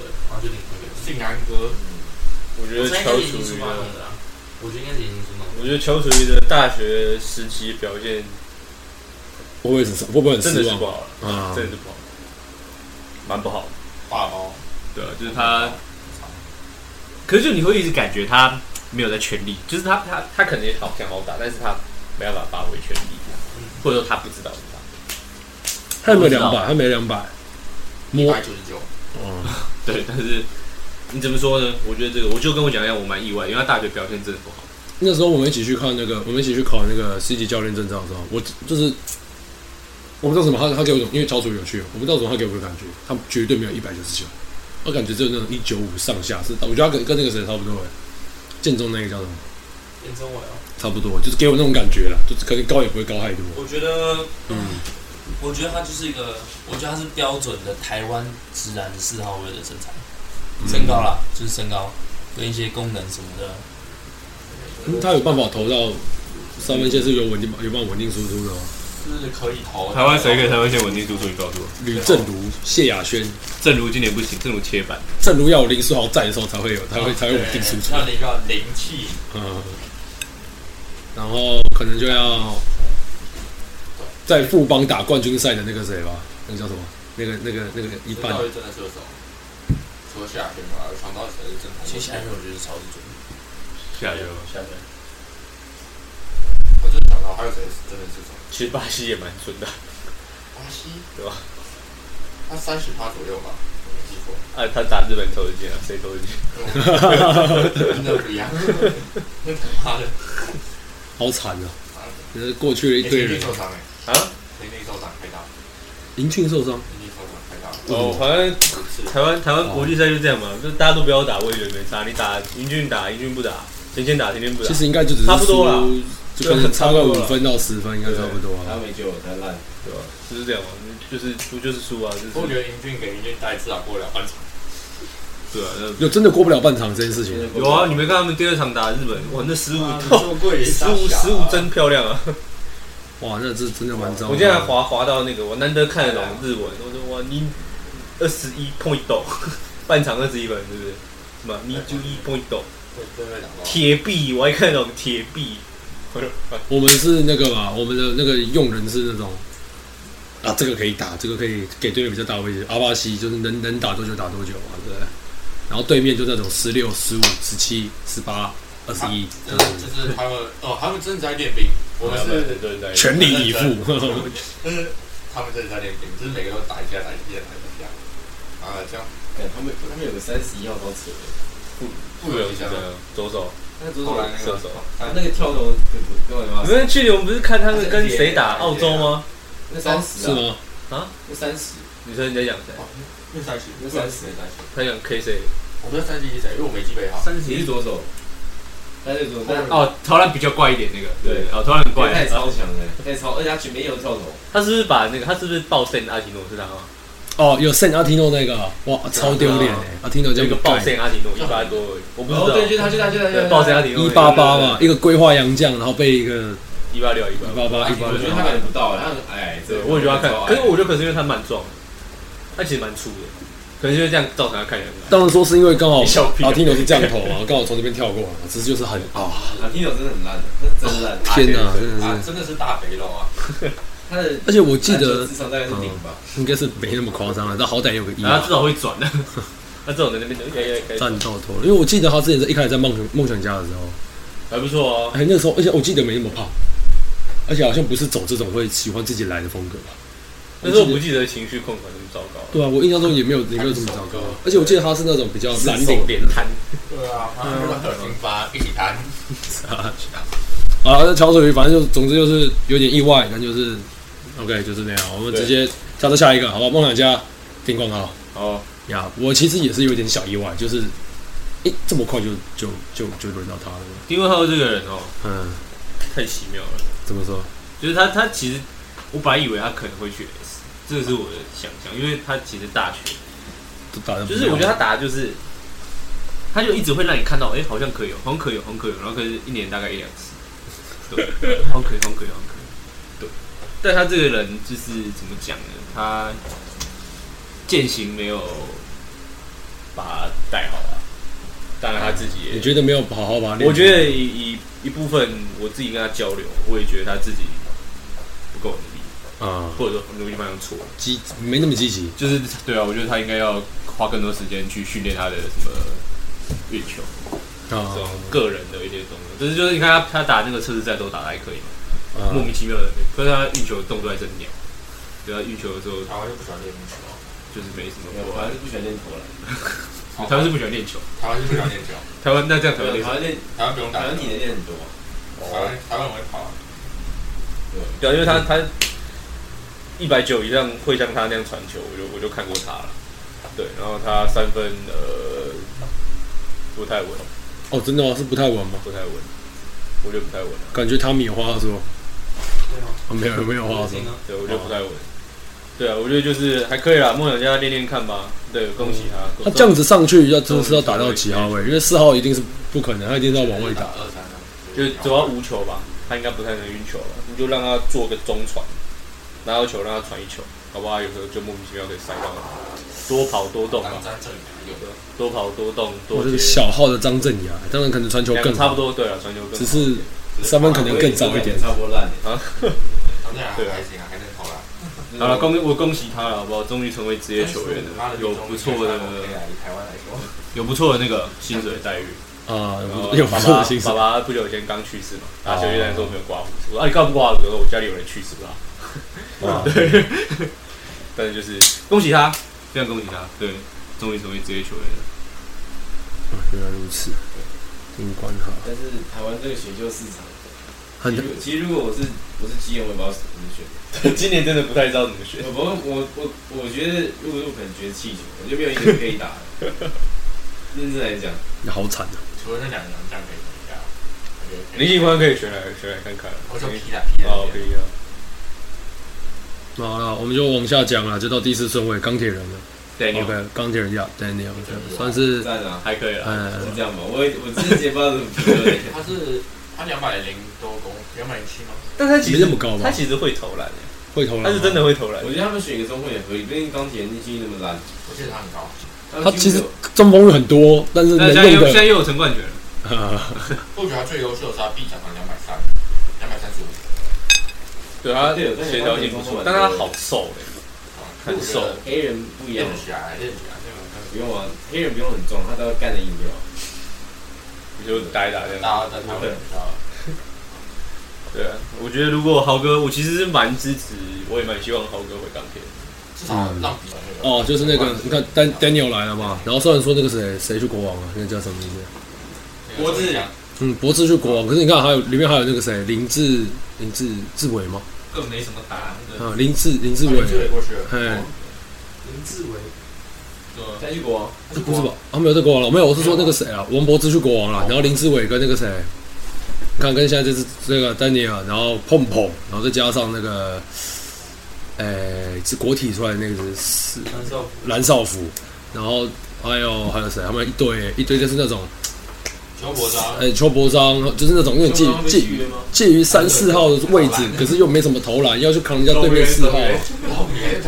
Speaker 2: 对，然后就领回了。
Speaker 3: 信安哥，
Speaker 4: 我觉得
Speaker 2: 我猜应
Speaker 4: 乔
Speaker 2: 该
Speaker 4: 楚
Speaker 2: 是已经出
Speaker 4: 瑜
Speaker 2: 马
Speaker 4: 的
Speaker 2: 桶的啦，啊我觉得应该是已经出马桶。
Speaker 4: 我觉得乔楚瑜的大学时期表现
Speaker 1: 会不会很失会不会很
Speaker 4: 真的
Speaker 1: 失
Speaker 4: 是不
Speaker 1: 望
Speaker 4: 好了，
Speaker 1: 啊？
Speaker 4: 真的是不好，蛮不好的。
Speaker 3: 大包，
Speaker 8: 对啊，就是他，可是就你会一直感觉他没有在全力，
Speaker 4: 就是他他他可能也好想好打，但是他没办法发挥全力，
Speaker 2: 嗯
Speaker 4: 或者说他不知道怎么打。
Speaker 1: 他有没有两百？他没两百。
Speaker 3: 一
Speaker 1: 摸
Speaker 4: 哎
Speaker 3: 百九十九，
Speaker 1: 哦，
Speaker 8: 对，但是你怎么说呢？我觉得这个，我就跟我讲一样，我蛮意外，因为他大学表现真的不好。
Speaker 1: 那时候我们一起去看那个，我们一起去考那个 C 级教练证照的时候，我就是我不知道怎么他他给我一种，因为乔楚瑜有去，我不知道怎么他给我的感觉，他绝对没有一百九十九，我感觉只有那种一九五上下，是我觉得他跟跟那个谁差不多哎，建中那个叫什么？
Speaker 2: 变中伟哦，
Speaker 1: 差不多，就是给我那种感觉啦，就是可能高也不会高太多。
Speaker 2: 我觉得
Speaker 1: 嗯，
Speaker 2: 我觉得他就是一个，我觉得他是标准的台湾直男的四号位的身材，身高啦，就是身高跟一些功能什么的。
Speaker 1: 嗯他有办法投到三分线是有稳定有办法稳定输出的哦。
Speaker 3: 是可以投
Speaker 8: 台湾谁可以台湾先稳定住宿？你告
Speaker 4: 啊
Speaker 8: 诉我，
Speaker 1: 吕正如、谢雅轩、
Speaker 8: 正如今年不行，正如切板，
Speaker 1: 正如要有林书豪在的时候才会有，才会才会稳定输出。
Speaker 3: 让你一个灵气，
Speaker 1: 嗯，然后可能就要在富邦打冠军赛的那个谁吧，那个叫什么？那个那个那个一
Speaker 3: 这
Speaker 1: 半
Speaker 3: 到底真的射手？除了谢亚轩以外，我想不到谁是真的。
Speaker 2: 其实下一个我觉得是超级准，
Speaker 8: 下一个吧。
Speaker 3: 下面，我就想到还有谁是真的是射手？
Speaker 4: 其实巴西也蛮准的，
Speaker 3: 巴西
Speaker 4: 对吧？
Speaker 3: 他三十趴左右吧，我没记错，
Speaker 4: 啊，他打日本投得进啊，谁投得进？
Speaker 3: 真的不一样。
Speaker 2: 妈的，
Speaker 1: 好惨啊！可是过去了一堆
Speaker 3: 林
Speaker 1: 人
Speaker 3: 立，受伤哎，
Speaker 4: 啊？
Speaker 3: 林立受伤太大，
Speaker 1: 林俊受伤，
Speaker 3: 林立受伤太大，
Speaker 4: 哦，反正
Speaker 3: 五次。
Speaker 4: 台湾台湾国际赛就这样嘛，就大家都不要打，我也觉得没差。你打英俊打英俊不打，天天打天天不打。
Speaker 1: 其实应该就只是
Speaker 4: 啊差不多啦
Speaker 1: 输，就可能差个
Speaker 4: 对差不
Speaker 1: 五
Speaker 4: 多啦
Speaker 1: 分到十分，应该差不多啊。
Speaker 5: 他没救，他烂。
Speaker 4: 对吧？就是这样嘛，就是输就是输啊，就是
Speaker 3: 我觉得英俊给英俊带至少过两半场，
Speaker 4: 对啊，那
Speaker 1: 有真的过不了半场这件事情。
Speaker 4: 有啊，你没看他们第二场打日本，哇，那失误
Speaker 3: 妈，这么贵，
Speaker 4: 失
Speaker 3: 傻
Speaker 4: 误
Speaker 3: 小啊
Speaker 4: 失误真漂亮啊！
Speaker 1: 哇，那这真的啊蛮糟。
Speaker 4: 我现在滑滑到那个，我难得看得懂日文，我说哇，你二十一 point 半场二十一分是不是？什么你就一 point
Speaker 3: 我真的讲到
Speaker 4: 铁臂，我还看得懂铁臂，我说啊
Speaker 1: 我们是那个嘛，我们的那个用人是那种啊，这个可以打，这个可以给对面比较大位置。阿巴西就是能能打多久打多久嘛，对不对？然后对面就那种十六、十五、十七、十八、二十一，
Speaker 3: 就是就是他们哦，他们真的在练兵，我们是
Speaker 1: 全力以赴。
Speaker 3: 就是他们真的在练兵，就是每个都打一下，打一下，打一下，啊，这样
Speaker 2: 哎他们他们有个三十一号超扯的，
Speaker 3: 不容易想。
Speaker 4: 左手，
Speaker 2: 那左
Speaker 3: 后
Speaker 2: 手
Speaker 3: 来那
Speaker 4: 射
Speaker 3: 个
Speaker 4: 手，
Speaker 5: 啊
Speaker 2: 他那个跳投跟跟我有
Speaker 4: 啊你们去年我们不是看他们跟谁打澳洲吗？
Speaker 2: 那三十
Speaker 1: 是
Speaker 2: 啊，
Speaker 1: 吗？
Speaker 2: 那三十，
Speaker 4: 你说你在讲谁？
Speaker 3: 那三十，
Speaker 2: 那三十，那三十，
Speaker 4: 他讲 K 谁？
Speaker 3: 我们三十一谁？因为我没记背好。
Speaker 9: 三十
Speaker 2: 你
Speaker 9: 一
Speaker 2: 是左手，他是左手，
Speaker 4: 哦，投篮比较怪一点那个，
Speaker 2: 对
Speaker 4: 哦，投篮很怪
Speaker 2: 他。也超强的，他也超，而且他全没有跳投，
Speaker 4: 他是不是把那个他是不是爆 s 阿提诺是他吗？
Speaker 1: 哦，有圣阿提诺那个，啊哇，超丢脸哎！阿提诺
Speaker 4: 有
Speaker 1: 这
Speaker 4: 一个爆
Speaker 1: 盖
Speaker 4: s 阿提诺一百多而已，我不知
Speaker 2: 哦
Speaker 4: 道。
Speaker 2: 对，就他就他就他
Speaker 4: 对，
Speaker 2: 就
Speaker 4: 爆
Speaker 2: 他
Speaker 4: s 阿提诺
Speaker 1: 一八八嘛，，一个规划洋将，然后被一个
Speaker 4: 一八六一
Speaker 1: 一
Speaker 4: 八。
Speaker 1: 八八一八
Speaker 2: 我觉得
Speaker 1: 六
Speaker 2: 他感觉不到，他很哎矮，
Speaker 4: 对，我也觉得他看，可
Speaker 2: 可
Speaker 4: 是
Speaker 2: 是
Speaker 4: 我觉得可能是因为他蛮壮的，他其实蛮粗的，可能就是这样造成他看起来很矮。
Speaker 1: 当然说是因为刚好
Speaker 4: 你笑屁啊
Speaker 1: 阿提诺是降头嘛，刚好从这边跳过嘛，只是就是很啊，
Speaker 2: 阿蒂诺真的很烂，他真烂，
Speaker 1: 哦天哪，真的
Speaker 3: 啊
Speaker 1: 是！，
Speaker 3: 真的是大肥肉啊！
Speaker 2: 他的
Speaker 1: 而且我 记
Speaker 2: 篮球
Speaker 1: 得
Speaker 2: 智商大概是顶吧，
Speaker 1: 应该是没那么夸张了，但好歹也有个一
Speaker 4: 然后
Speaker 1: 啊
Speaker 4: 他至少会转的， 他至少在那边的，可以可以，
Speaker 1: 战到头了。因为我记得他之前在一开始在梦想梦想家的时候，
Speaker 4: 还不错哦。
Speaker 1: 哎，那个时候，而且我记得没那么胖，而且好像不是走这种会喜欢自己来的风格吧？
Speaker 4: 但是我不记得情绪控管那么糟糕，
Speaker 1: 对啊，我印象中也没有也没有这么糟糕。而且我记得他是那种比较蓝领
Speaker 4: 手连摊，
Speaker 3: 对啊，他们乱金发一起弹，
Speaker 1: 啊，那乔水鱼反正就总之就是有点意外，但就是 OK 就是那样。我们直接跳到下一个，好吧？梦想家听广告
Speaker 4: 哦，
Speaker 1: 呀，我其实也是有点小意外，就是诶、这么快就就就就轮到他了，
Speaker 4: 丁文浩这个人哦，
Speaker 1: 嗯，
Speaker 4: 太奇妙了。
Speaker 1: 怎么说？
Speaker 4: 就是他他其实我本来以为他可能会去 S，这个是我的想象，因为他其实大学
Speaker 1: 都打得不
Speaker 4: 就是我觉得
Speaker 1: 妙
Speaker 4: 他打的就是，他就一直会让你看到，哎、好像可以哦，好像可以哦，好像可以哦，然后可是一年大概一两次，对，好像可以，好像可以，好像可以，对。但他这个人就是怎么讲呢？他践行没有把他带好啊，当然他自己也
Speaker 1: 你觉得没有好好把它练好？
Speaker 4: 我觉得以以一部分我自己跟他交流，我也觉得他自己不够努力，
Speaker 1: 啊，
Speaker 4: 或者说努力方向错了。
Speaker 1: 积没那么积极。
Speaker 4: 就是对啊，我觉得他应该要花更多时间去训练他的什么运球，这
Speaker 1: 啊
Speaker 4: 种个人的一些动作。就是就是你看他他打那个测试赛都打得还可以嘛，
Speaker 1: 啊
Speaker 4: 莫名其妙的，可是他运球的动作还是很鸟。对他运球的时候
Speaker 3: 台湾就不喜欢练球，
Speaker 4: 就是没什哦么
Speaker 2: 没有
Speaker 4: 破案
Speaker 2: 反正就不喜欢练投篮，
Speaker 4: 台湾是不喜欢练球，
Speaker 3: 哦台湾就不喜欢练球，
Speaker 4: 台湾那这样台湾
Speaker 2: 对，
Speaker 4: 练
Speaker 2: 台
Speaker 4: 球，
Speaker 2: 湾练
Speaker 3: 台湾不用打
Speaker 2: 台
Speaker 3: 球，
Speaker 2: 湾体
Speaker 3: 台
Speaker 2: 能练很多，
Speaker 3: 湾台湾会跑，
Speaker 4: 对啊，因为他他一百九以上会像他那样传球，我就我就看过他了。对，然后他三分呃不太稳，
Speaker 1: 哦，真的吗？是不太稳吗？
Speaker 4: 不太稳，我觉得不太稳啊。
Speaker 1: 感觉他们有话要说。
Speaker 3: 对吗？
Speaker 1: 啊没 有没有话要说。
Speaker 4: 对，我觉得不太稳。对啊，我觉得就是还可以啦，梦想家练练看吧。对，恭喜他。
Speaker 1: 嗯他这样子上去要真的是要打到几号位？因为四号一定是不可能，他一定是要往外打。
Speaker 3: 二三啊，
Speaker 4: 就是主要无球吧，他应该不太能运球了，你就让他做个中传，拿到球让他传一球，好不好？有时候就莫名其妙可以塞到了。多跑多动吧
Speaker 3: 当，战正有的，
Speaker 4: 多跑多动
Speaker 1: 我
Speaker 4: 多
Speaker 1: 这个
Speaker 4: 接，
Speaker 1: 小号的张镇雅，当然可能传球
Speaker 4: 两个
Speaker 1: 更
Speaker 4: 差
Speaker 1: 好
Speaker 4: 不，多。对了，传球更好
Speaker 1: 只是三分可能更早一点。
Speaker 2: 差不多烂。
Speaker 4: 啊。
Speaker 3: 当然还行啊，还能投啦。
Speaker 4: 好了，恭我恭喜他了，好不好？终于成为职业球员
Speaker 3: 妈
Speaker 4: 了
Speaker 3: 的，，
Speaker 4: 有不错的，
Speaker 3: 台湾来说，
Speaker 4: 有不错的那个薪水待遇。
Speaker 1: 啊，有不
Speaker 4: 呃
Speaker 1: 有不
Speaker 4: 爸
Speaker 1: 错
Speaker 4: 爸
Speaker 1: 的心思
Speaker 4: 爸。爸不久以前刚去世嘛，打球一来说没有刮胡子，我说啊你干嘛不刮胡子？我说我家里有人去世了、
Speaker 1: 哇
Speaker 4: 对，但是就是恭喜他，非常恭喜他，对，终于成为职业球员了。
Speaker 1: 嗯原来如此，丁冠豪
Speaker 2: 但是台湾这个选秀市场，
Speaker 1: 很
Speaker 2: 其实其实如果我是我是基友，我也不知道怎么选。
Speaker 4: 今年真的不太知道怎么选，
Speaker 2: 我不我我我觉得，如果是我可能觉得气球，我就没有一个可以打的。认真来讲，
Speaker 1: 好惨啊！
Speaker 3: 除了那两个洋将可以啊一下，
Speaker 4: 林信欢可以选来选来看看。
Speaker 3: 我就劈打劈打，
Speaker 4: 哦，可以啊，
Speaker 1: 那好了，我们就往下讲了，就到第四顺位钢铁人了。
Speaker 8: Daniel
Speaker 1: OK，钢铁人叫 Daniel，
Speaker 3: 对
Speaker 1: 算是
Speaker 5: 赞啊，
Speaker 8: 还可以啦，
Speaker 1: 呃
Speaker 5: 是这样吧？我我之前也不知道怎么评论的
Speaker 3: 他是他两百零多公，两百零七吗？
Speaker 8: 但他其
Speaker 1: 没
Speaker 8: 实
Speaker 1: 那么高吧？
Speaker 8: 他其实会投
Speaker 4: 欸
Speaker 8: 篮耶，
Speaker 1: 会投篮吗，
Speaker 8: 他是真的会投篮
Speaker 5: 我。觉得他们选一个中锋也合理，毕竟钢铁人进去那么烂，
Speaker 3: 我记得他很高，
Speaker 1: 他
Speaker 5: 们
Speaker 1: 其
Speaker 5: 几乎
Speaker 1: 实
Speaker 5: 有
Speaker 1: 中锋有很多，但是
Speaker 8: 但
Speaker 1: 能
Speaker 8: 现在又
Speaker 1: 用
Speaker 8: 现
Speaker 1: 的
Speaker 8: 在又有陈冠军了，
Speaker 3: 我觉得他最优秀的是他 B 奖的两百三，两百三十五。
Speaker 8: 对他
Speaker 5: 对但是
Speaker 8: 协调性不错，但他好瘦嘞，
Speaker 4: 欸
Speaker 8: 很瘦
Speaker 3: 我觉得
Speaker 5: 黑人不一样
Speaker 3: 练，起来，练起来，那个那个
Speaker 5: 不用啊，黑人不用很壮，他都要干得硬就好。
Speaker 8: 就打一打这样。
Speaker 3: 大家在台湾比较
Speaker 8: 对啊，我觉得如果豪哥，我其实是蛮支持，我也蛮希望豪哥回钢铁。
Speaker 3: 至少让比赛那个
Speaker 1: 哦，就是那个你看丹 Daniel 来了嘛，然后虽然说那个谁谁去国王啊，那个叫什么名字？
Speaker 3: 那个
Speaker 5: 国字
Speaker 1: 嗯，博智去国王，可是你看还有里面还有那个谁林志林志志伟吗？
Speaker 2: 更没什么打那个
Speaker 1: 啊，林志林志
Speaker 3: 志
Speaker 1: 伟
Speaker 3: 伟，志伟过去了，
Speaker 1: 嘿，
Speaker 2: 林志伟，对啊，
Speaker 5: 再去国王，
Speaker 1: 这不是吧？啊，没有在国王了，没有，我是说那个谁啊，王柏芝去国王了，然后林志伟跟那个谁，你看跟现在这次这个丹尼尔，然后碰碰，然后再加上那个，呃、是国体出来的那个是
Speaker 2: 但是要
Speaker 1: 蓝少辅，然后还有还有谁？他们一堆一堆就是那种，
Speaker 3: 邱国章
Speaker 1: 呃、邱伯章，就是那种那种介于介于介于三四号的位置，可是又没什么投篮，要去扛人家对面四号，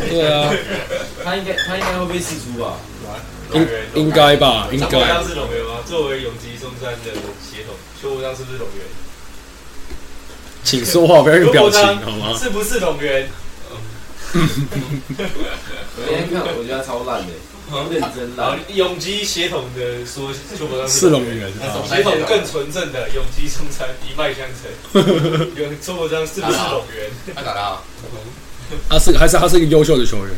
Speaker 1: 对啊，
Speaker 5: 他应该他应该会被释出吧？
Speaker 1: 应应该吧，应
Speaker 4: 郭
Speaker 1: 该
Speaker 4: 章是龙源吗？作为永吉中山的协同，邱国章是不是龙源？
Speaker 1: 请说话不要用表情好吗？
Speaker 4: 是不是龙源？
Speaker 5: 我今天看，我觉得他超烂的，认真
Speaker 4: 然后
Speaker 5: 烂。
Speaker 4: 永吉协同的说邱国章
Speaker 1: 是龙
Speaker 4: 源，
Speaker 1: 源啊。
Speaker 4: 协同更纯正的永吉中山一脉相承。有邱国章是不是龙源？
Speaker 3: 他打到
Speaker 1: 他是还是他是一个优秀的球员。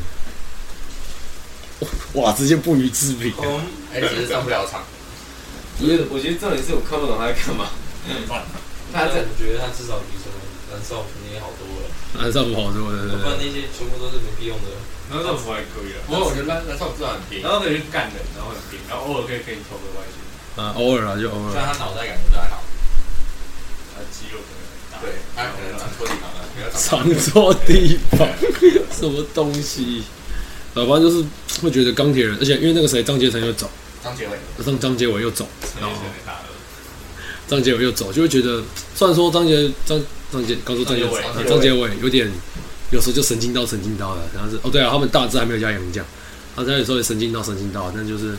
Speaker 1: 哇，直接不予置评。
Speaker 3: 哎，只是上不了场，
Speaker 5: 我觉得我觉得重点是我看不懂他在干嘛。他
Speaker 2: 但
Speaker 5: 在
Speaker 2: 我觉得他至少比什么蓝少肯定好多了，
Speaker 1: 啊，上不好多对对
Speaker 2: 不
Speaker 1: 对。
Speaker 2: 然那些全部都是没屁用的。
Speaker 4: 然后政府还可以啊，
Speaker 3: 不过我觉得蓝蓝少至少很拼，
Speaker 4: 然后可以去干人，然后很平，然后偶尔可以给你投个外线，
Speaker 1: 啊，偶尔啊，就偶
Speaker 3: 虽
Speaker 1: 尔。
Speaker 3: 然他脑袋感觉不太好，
Speaker 4: 他肌肉可能很大。
Speaker 3: 对，他可能长错地方了，没有
Speaker 1: 藏
Speaker 3: 长
Speaker 1: 错地方，什么东西？老反正就是会觉得钢铁人，而且因为那个谁张杰成又走，
Speaker 3: 张杰伟，
Speaker 1: 张张杰伟又走，然后
Speaker 4: 太大了。
Speaker 1: 张杰伟又走，就会觉得虽然说张杰张张杰，刚说张杰
Speaker 4: 张杰伟
Speaker 1: 啊张杰伟有点有时候就神经刀神经刀的，然后是哦对啊，他们大致还没有加杨绛，他家有时候也神经刀神经刀，但就是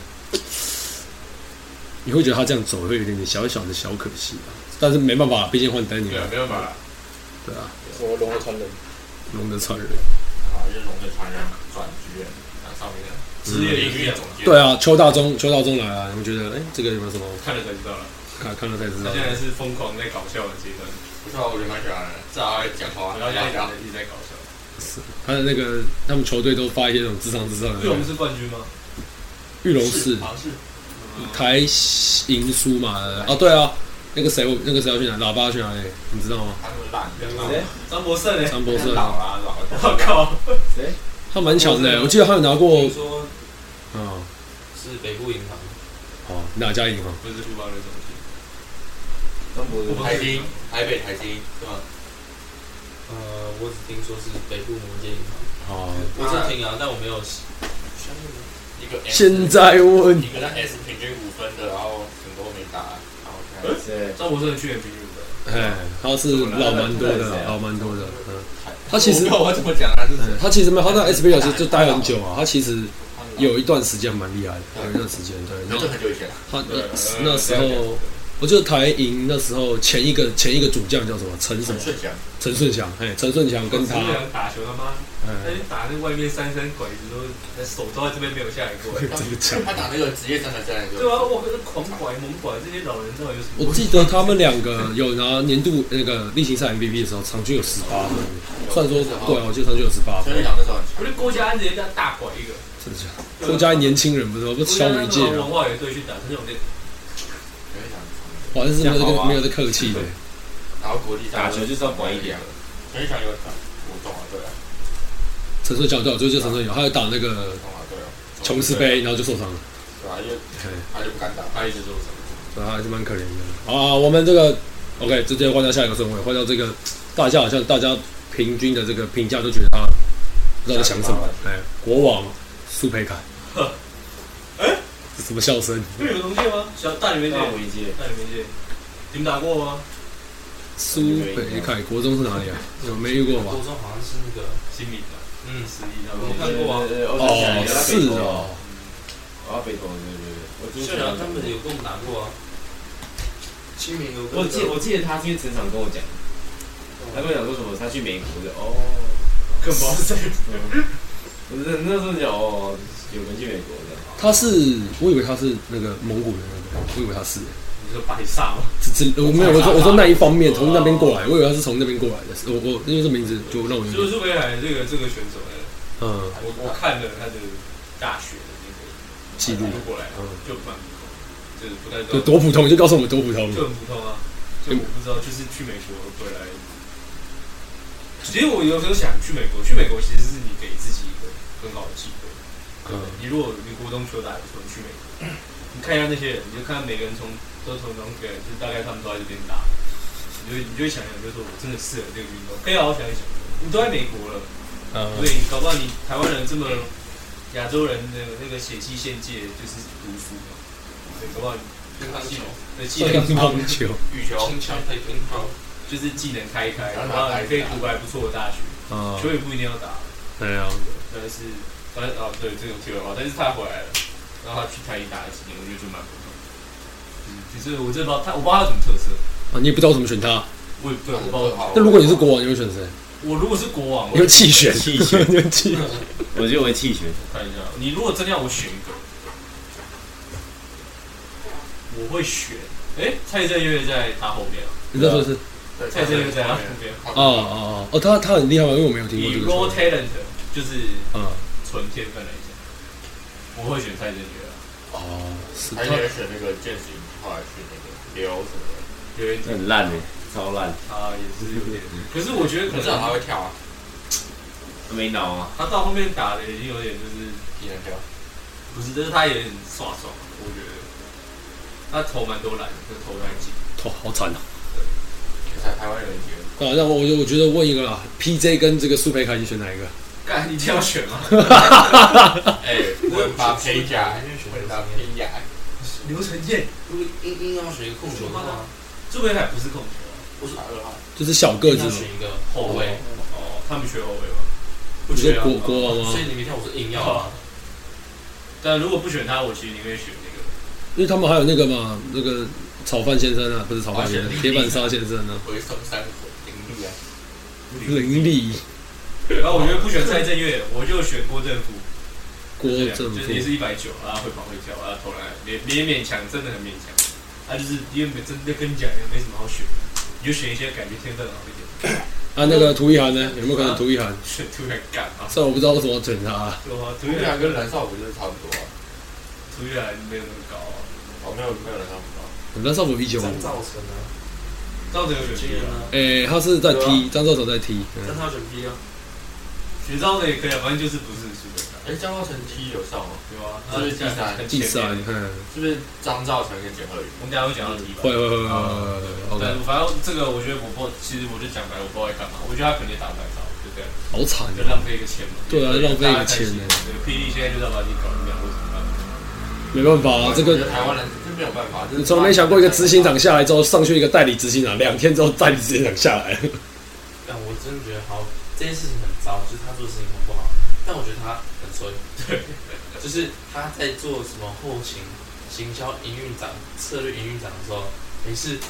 Speaker 1: 你会觉得他这样走会有点点小小的小可惜啊，但是没办法，毕竟换丹尼
Speaker 3: 对
Speaker 1: 尔
Speaker 3: 啊，，没办法了，
Speaker 1: 对啊，
Speaker 2: 我龙的传人，
Speaker 1: 龙的传人，
Speaker 3: 啊，就是龙的传人转剧院，蓝少明的职业领域的总监，
Speaker 1: 对啊，邱大中邱大中来了，你们觉得哎、这个有没有什么
Speaker 4: 看了才知道了，
Speaker 1: 看看了才知
Speaker 4: 他
Speaker 1: 道
Speaker 4: 现？在是疯狂在搞笑的阶段，
Speaker 3: 不错，我觉得蛮喜欢的，至少会讲话，
Speaker 4: 然后
Speaker 3: 然后
Speaker 4: 现在讲
Speaker 3: 讲讲
Speaker 4: 的，一直在搞笑。
Speaker 1: 他的那个他们球队都发一些那种智商智商
Speaker 4: 因为我们
Speaker 1: 的，
Speaker 4: 是冠军吗？
Speaker 1: 玉龙是。
Speaker 3: 好像是
Speaker 1: 台赢输嘛？哦，对啊，那个谁，我那个谁要去哪？喇叭要去哪里？你知道吗？
Speaker 3: 他们烂，
Speaker 5: 谁
Speaker 4: 张博胜呢？欸
Speaker 1: 张博士，
Speaker 3: 老了老了，
Speaker 4: 我靠！
Speaker 1: 他蛮强的，我记得他有拿过
Speaker 2: 听，说
Speaker 1: 嗯，
Speaker 2: 是北部银行，
Speaker 1: 哦，哪家赢啊？
Speaker 4: 不是富邦的总经，
Speaker 5: 张博文
Speaker 3: 台金，台北台金是吗？
Speaker 2: 呃，我只听说是北部魔界银行，
Speaker 1: 哦，
Speaker 2: 我是听啊，但我没有相信吗。
Speaker 3: 一个 S,
Speaker 1: 现在问
Speaker 3: 一个那 S 平均五分的，然后什么都没打，然后看
Speaker 5: 谁？
Speaker 4: 张博胜去年平均五分，
Speaker 1: 哎，他是老蛮多的，老蛮多的，嗯，他其实
Speaker 3: 我不知道我要怎么讲啊，就是
Speaker 1: 嗯他其实没有，他在 SBL 其实就待很久啊，他其实有一段时间蛮厉害的，有一段时间对，
Speaker 3: 那
Speaker 1: 然
Speaker 3: 就
Speaker 1: 后
Speaker 3: 很久以前了，
Speaker 1: 他那那时候。我记得台银那时候前一个前一个主将叫什么陈什
Speaker 3: 很
Speaker 1: 么
Speaker 3: 顺啊翔，
Speaker 1: 陈顺祥，哎，陈顺祥跟他，
Speaker 4: 这样打球他妈，他
Speaker 1: 哎，
Speaker 4: 就打那外面三三拐子都手都在这边没有下来过。
Speaker 1: 这个强。
Speaker 3: 他打那个职业战的战
Speaker 4: 对
Speaker 3: 就
Speaker 4: 啊，我跟狂拐猛拐这些老人到底有什么？
Speaker 1: 我记得他们两个有拿年度那个例行赛 MVP 的时候，场均有十八分。虽然说
Speaker 3: 哦
Speaker 1: 对啊，我记得场均有十八分
Speaker 3: 陈。顺翔那时候很强，
Speaker 4: 我觉得郭嘉安直接跟他大拐一个，
Speaker 1: 真的假的？郭嘉年轻人不是吗？不是消一届啊
Speaker 4: 文
Speaker 1: 吗？
Speaker 4: 化也对去打，陈永烈
Speaker 3: 陈顺翔很强，
Speaker 1: 哇，这是没有这个没有这客气的。
Speaker 3: 然后国际
Speaker 5: 打球就是要管一点，
Speaker 4: 啊
Speaker 3: 陈顺翔有打，我懂啊，对啊，
Speaker 1: 陈顺祥对，我就记得陈顺祥，他有打那个
Speaker 3: 懂啊，对啊，
Speaker 1: 琼斯杯，然后就受伤了，
Speaker 3: 对啊，因为他就不敢打，
Speaker 4: 他一直受伤。
Speaker 1: 对，他还是蛮可怜的。好啊，我们这个 OK，直接换到下一个顺位，换到这个大家好像大家 平均的这个评价都觉得他不知道在想什么。哎，国王苏培凯，哎这什么笑声？
Speaker 4: 你们有同届吗？
Speaker 5: 小大你没
Speaker 4: 大
Speaker 2: 啊
Speaker 5: 我一届，
Speaker 4: 那你们届，你们打过吗？
Speaker 1: 苏北凯国中是哪里啊？有没遇过吧
Speaker 2: 国？中好像是那个
Speaker 4: 新民的，
Speaker 2: 嗯
Speaker 4: 私立的，
Speaker 5: 我
Speaker 4: 我
Speaker 5: 看
Speaker 4: 看过
Speaker 5: 过啊
Speaker 4: 啊。，
Speaker 1: 哦，是哦，
Speaker 5: 我要北投，对对对，我
Speaker 4: 嗯
Speaker 5: 之
Speaker 2: 校
Speaker 5: 前
Speaker 2: 长他们有跟我们打过啊，清明有跟
Speaker 5: 我记我记得他今天陈场跟我讲，他跟我讲说什么他去美国的哦，
Speaker 4: 更不是
Speaker 5: 我那那时候讲哦，有人去美国的，
Speaker 1: 他是，我以为他是那个蒙古的那个，我以为他是，
Speaker 2: 你说白煞吗？
Speaker 1: 只只我没有，我说我说那一方面从那边过来，我以为他是从那边过来的，我我因为这名字就让我有点，
Speaker 4: 就是苏北海这个这个选手呢，
Speaker 1: 嗯，
Speaker 4: 我我看了他的大学的
Speaker 1: 记
Speaker 4: 那
Speaker 1: 录
Speaker 4: 个，过来
Speaker 1: 嗯，
Speaker 4: 就蛮普通，就是不太知
Speaker 1: 就
Speaker 4: 道，
Speaker 1: 多普通，就告诉我们多普通，
Speaker 4: 就很普通啊。就我不知道，就是去美国回来。其实我有时候想去美国，去美国其实是你给自己一个很好的机会。
Speaker 1: 嗯，
Speaker 4: 你如果你国中球打得不错，你去美国，你看一下那些人，你就看每个人从都从中学，就大概他们都在这边打，你就你就会想想，就是说我真的适合这个运动，可以好好想一想。你都在美国了，所
Speaker 1: 嗯，
Speaker 4: 以搞不好你台湾人这么亚洲人的那个血气限界就是读书嘛，对，搞不好
Speaker 2: 乒乓球、
Speaker 4: 你的技能
Speaker 1: 乒乓球，
Speaker 4: 羽球
Speaker 2: 轻枪配乒乓，
Speaker 4: 就是技能开一开，嗯
Speaker 3: 然
Speaker 4: 然
Speaker 3: 后
Speaker 4: 后你可以读来不错的大学，
Speaker 1: 啊，
Speaker 4: 球也不一定要打，
Speaker 1: 对啊，
Speaker 4: 但是但是哦对，这种题外话，但是他回来了，然后他去台一打了几年，我觉得就蛮不错。嗯，只是我真的不知道他，我不知道他有什么特色，
Speaker 1: 啊，你也不知道怎么选他。
Speaker 4: 我也对，我不知道他。
Speaker 1: 那如果你是国王，你会选谁？
Speaker 4: 我如果是国王，我
Speaker 1: 你会弃选，
Speaker 5: 弃选
Speaker 1: 你会弃 选。
Speaker 5: 我觉得我会弃学，
Speaker 4: 看一下，你如果真的要我选一个，我会选。哎、蔡正月在他后面啊，
Speaker 1: 你知道说是？
Speaker 3: 对
Speaker 4: 蔡正月在他后面。
Speaker 1: 哦哦哦，哦，他他很厉害吗？因为我没有听过
Speaker 4: 以
Speaker 1: 这个
Speaker 4: raw
Speaker 1: 球。
Speaker 4: talent 就是
Speaker 1: 嗯，
Speaker 4: 纯天分来讲，我会选蔡正月
Speaker 1: 哦，
Speaker 4: 啊。
Speaker 1: 是
Speaker 3: 还
Speaker 1: 他
Speaker 3: 有人选那个剑行，后来去那个刘什么的，
Speaker 4: 有点
Speaker 5: 很烂哎，超烂，
Speaker 4: 啊，也是有点。可是我觉得可
Speaker 3: 你知道他
Speaker 4: 能
Speaker 3: 会跳啊，
Speaker 5: 没脑啊，
Speaker 4: 他到后面打的已经有点就是
Speaker 3: 技能跳，
Speaker 4: 不是，但是他也很耍爽，我觉得他投蛮多篮的，就投篮进。
Speaker 1: 哦，好惨啊！
Speaker 3: 你才台湾人觉得
Speaker 1: 啊，那我我我觉得问一个啦，PJ 跟这个苏培凯，你选哪一个？
Speaker 4: 干，你一定要选 吗？
Speaker 3: 哎，文巴佩甲，文巴佩甲，
Speaker 4: 刘承彦，
Speaker 2: 如果硬硬要选一个控球的话，
Speaker 4: 这边还不是控球啊
Speaker 3: 我是二号，
Speaker 1: 就是小个
Speaker 2: 硬
Speaker 1: 子
Speaker 2: 要
Speaker 1: 嘛。
Speaker 2: 选一个后卫，
Speaker 4: 哦，他们学后卫吗？不
Speaker 1: 你说
Speaker 4: 缺啊
Speaker 1: 国国王
Speaker 2: 所
Speaker 1: 吗
Speaker 2: 以？你明天我是硬要啊，
Speaker 4: 但如果不选他，我其实宁愿选那个
Speaker 1: 因为他们还有那个嘛，那个炒饭先生啊，不是炒饭先
Speaker 4: 哦
Speaker 1: 生，
Speaker 4: 是
Speaker 1: 铁板沙先生啊，
Speaker 3: 回松山火林立啊，
Speaker 1: 林立、
Speaker 4: 然后我觉得不选蔡正月，我就选郭正富，
Speaker 1: 郭
Speaker 4: 就这样
Speaker 1: 正
Speaker 4: 就
Speaker 1: 富
Speaker 4: 是也是一百九啊，会跑会跳啊，投篮勉勉勉强，真的很勉强。他就是因为没真的跟你讲，也没什么好选，你就选一些感觉天分好一点，
Speaker 1: 啊，那个涂一涵呢？有没有可能涂一涵？
Speaker 4: 选突然干 嘛？
Speaker 1: 虽然我不知道为什么要选他啊，
Speaker 4: 对啊，突
Speaker 3: 卢
Speaker 4: 然
Speaker 3: 亮跟蓝少不就是差不多啊？
Speaker 4: 突然没有那么高啊。
Speaker 3: 哦，没有没有蓝少不
Speaker 1: 那上我一九五。
Speaker 2: 张兆成啊，
Speaker 4: 赵哲有选
Speaker 2: 今
Speaker 4: P
Speaker 2: 天
Speaker 4: 啊，
Speaker 2: 呢，
Speaker 1: 诶，他是在踢，张兆成在踢。
Speaker 2: 但
Speaker 1: 嗯
Speaker 2: 他选 P 啊，
Speaker 4: 学赵哲也可以啊，反正就是不是输的
Speaker 3: 高，哎，江浩成 T 有上吗？
Speaker 4: 对吧？
Speaker 3: 这是第三
Speaker 4: 他很
Speaker 1: 啊
Speaker 4: 前
Speaker 1: 第
Speaker 4: 面
Speaker 1: 三，，嗯，
Speaker 3: 是不是张兆成跟简鹤宇？
Speaker 4: 我们等一下会讲到 T 吧
Speaker 1: 会。会会会会会
Speaker 4: 但
Speaker 1: ，OK，
Speaker 4: 反正这个我觉得我不，其实我就讲白，我不知道在干嘛。我觉得他肯定打不来招，就这样，
Speaker 1: 好惨
Speaker 4: 就
Speaker 1: 啊
Speaker 4: 浪，费一个钱嘛。
Speaker 1: 嗯对啊浪费一个钱
Speaker 4: 呢
Speaker 1: 呢。
Speaker 4: 对，PD 现在就在把你搞成这样，为什么办？
Speaker 1: 没办法啊，这
Speaker 3: 我觉
Speaker 1: 个
Speaker 3: 得台湾人就没有办法，就是
Speaker 1: 你从没想过一个执行长下来之后，上去一个代理执行长，两天之后代理执行长下来，
Speaker 2: 但我真的觉得好，这件事情很糟，就是他做的事情很不好，但我觉得他很衰， 对，就是他在做什么后勤、行销、营运长、策略营运长的时候，没事，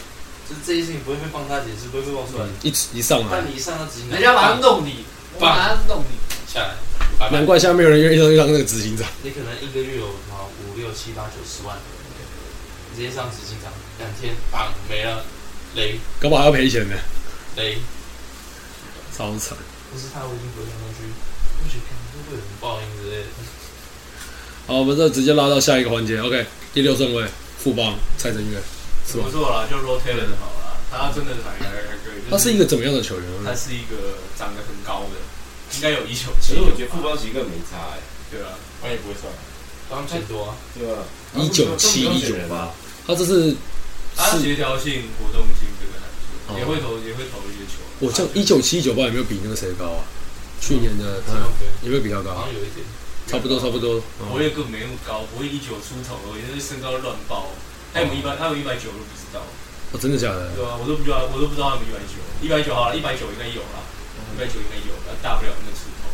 Speaker 2: 就是这些事情不会被放大解释，不会被爆出来，
Speaker 1: 一一上来
Speaker 2: 但，你一上到执行长，
Speaker 4: 嗯人家马上弄你，
Speaker 2: 棒
Speaker 4: 马上弄你。
Speaker 2: 下来，
Speaker 1: 难怪现在没有人愿意当那个执行长。
Speaker 2: 你可能一个月有什么五六七八九十万，你直接上执行长，两天棒没了，雷
Speaker 1: 搞不好还要赔钱呢，
Speaker 2: 雷，
Speaker 1: 超惨。
Speaker 2: 不是他，我已经回想过去，我觉得看会不会有什么报应之类的。
Speaker 1: 好，我们这直接拉到下一个环节，OK，第六顺位，富邦蔡正岳，是吧
Speaker 4: 不？错啦，就 rotate 好了。他真的还还还可以。
Speaker 1: 他
Speaker 4: 就是
Speaker 1: 一个怎么样的球员？
Speaker 4: 他是一个长得很高的，应该有一九
Speaker 5: 其
Speaker 4: 七。
Speaker 5: 实我觉得富邦其实根本没差哎，
Speaker 4: 对啊，
Speaker 3: 我也不会算，
Speaker 2: 帮钱多啊，
Speaker 5: 对吧？
Speaker 1: 1971
Speaker 5: 吧，
Speaker 1: 他这是
Speaker 4: 他
Speaker 1: 是，哦
Speaker 4: 协调性、活动性这个还不错，也会投也会投一些球。
Speaker 1: 我像一九七一九八有没有比那个谁高啊？去年的
Speaker 2: 这样
Speaker 1: 嗯
Speaker 2: 对，
Speaker 1: 有没有比他
Speaker 2: 好
Speaker 1: 高？
Speaker 2: 像有一点，
Speaker 1: 差不多差不多。
Speaker 4: 我也根本没那么高，我也一九出头，我也是身高乱爆。他有没有一百，他有没有一百九我都不知道，
Speaker 1: 哦，真的假的？
Speaker 4: 对啊，我都不知道，我都不知道他有没有一百九，一百九好了，一百九应该有啦，一百九应该有，那大不了那出头。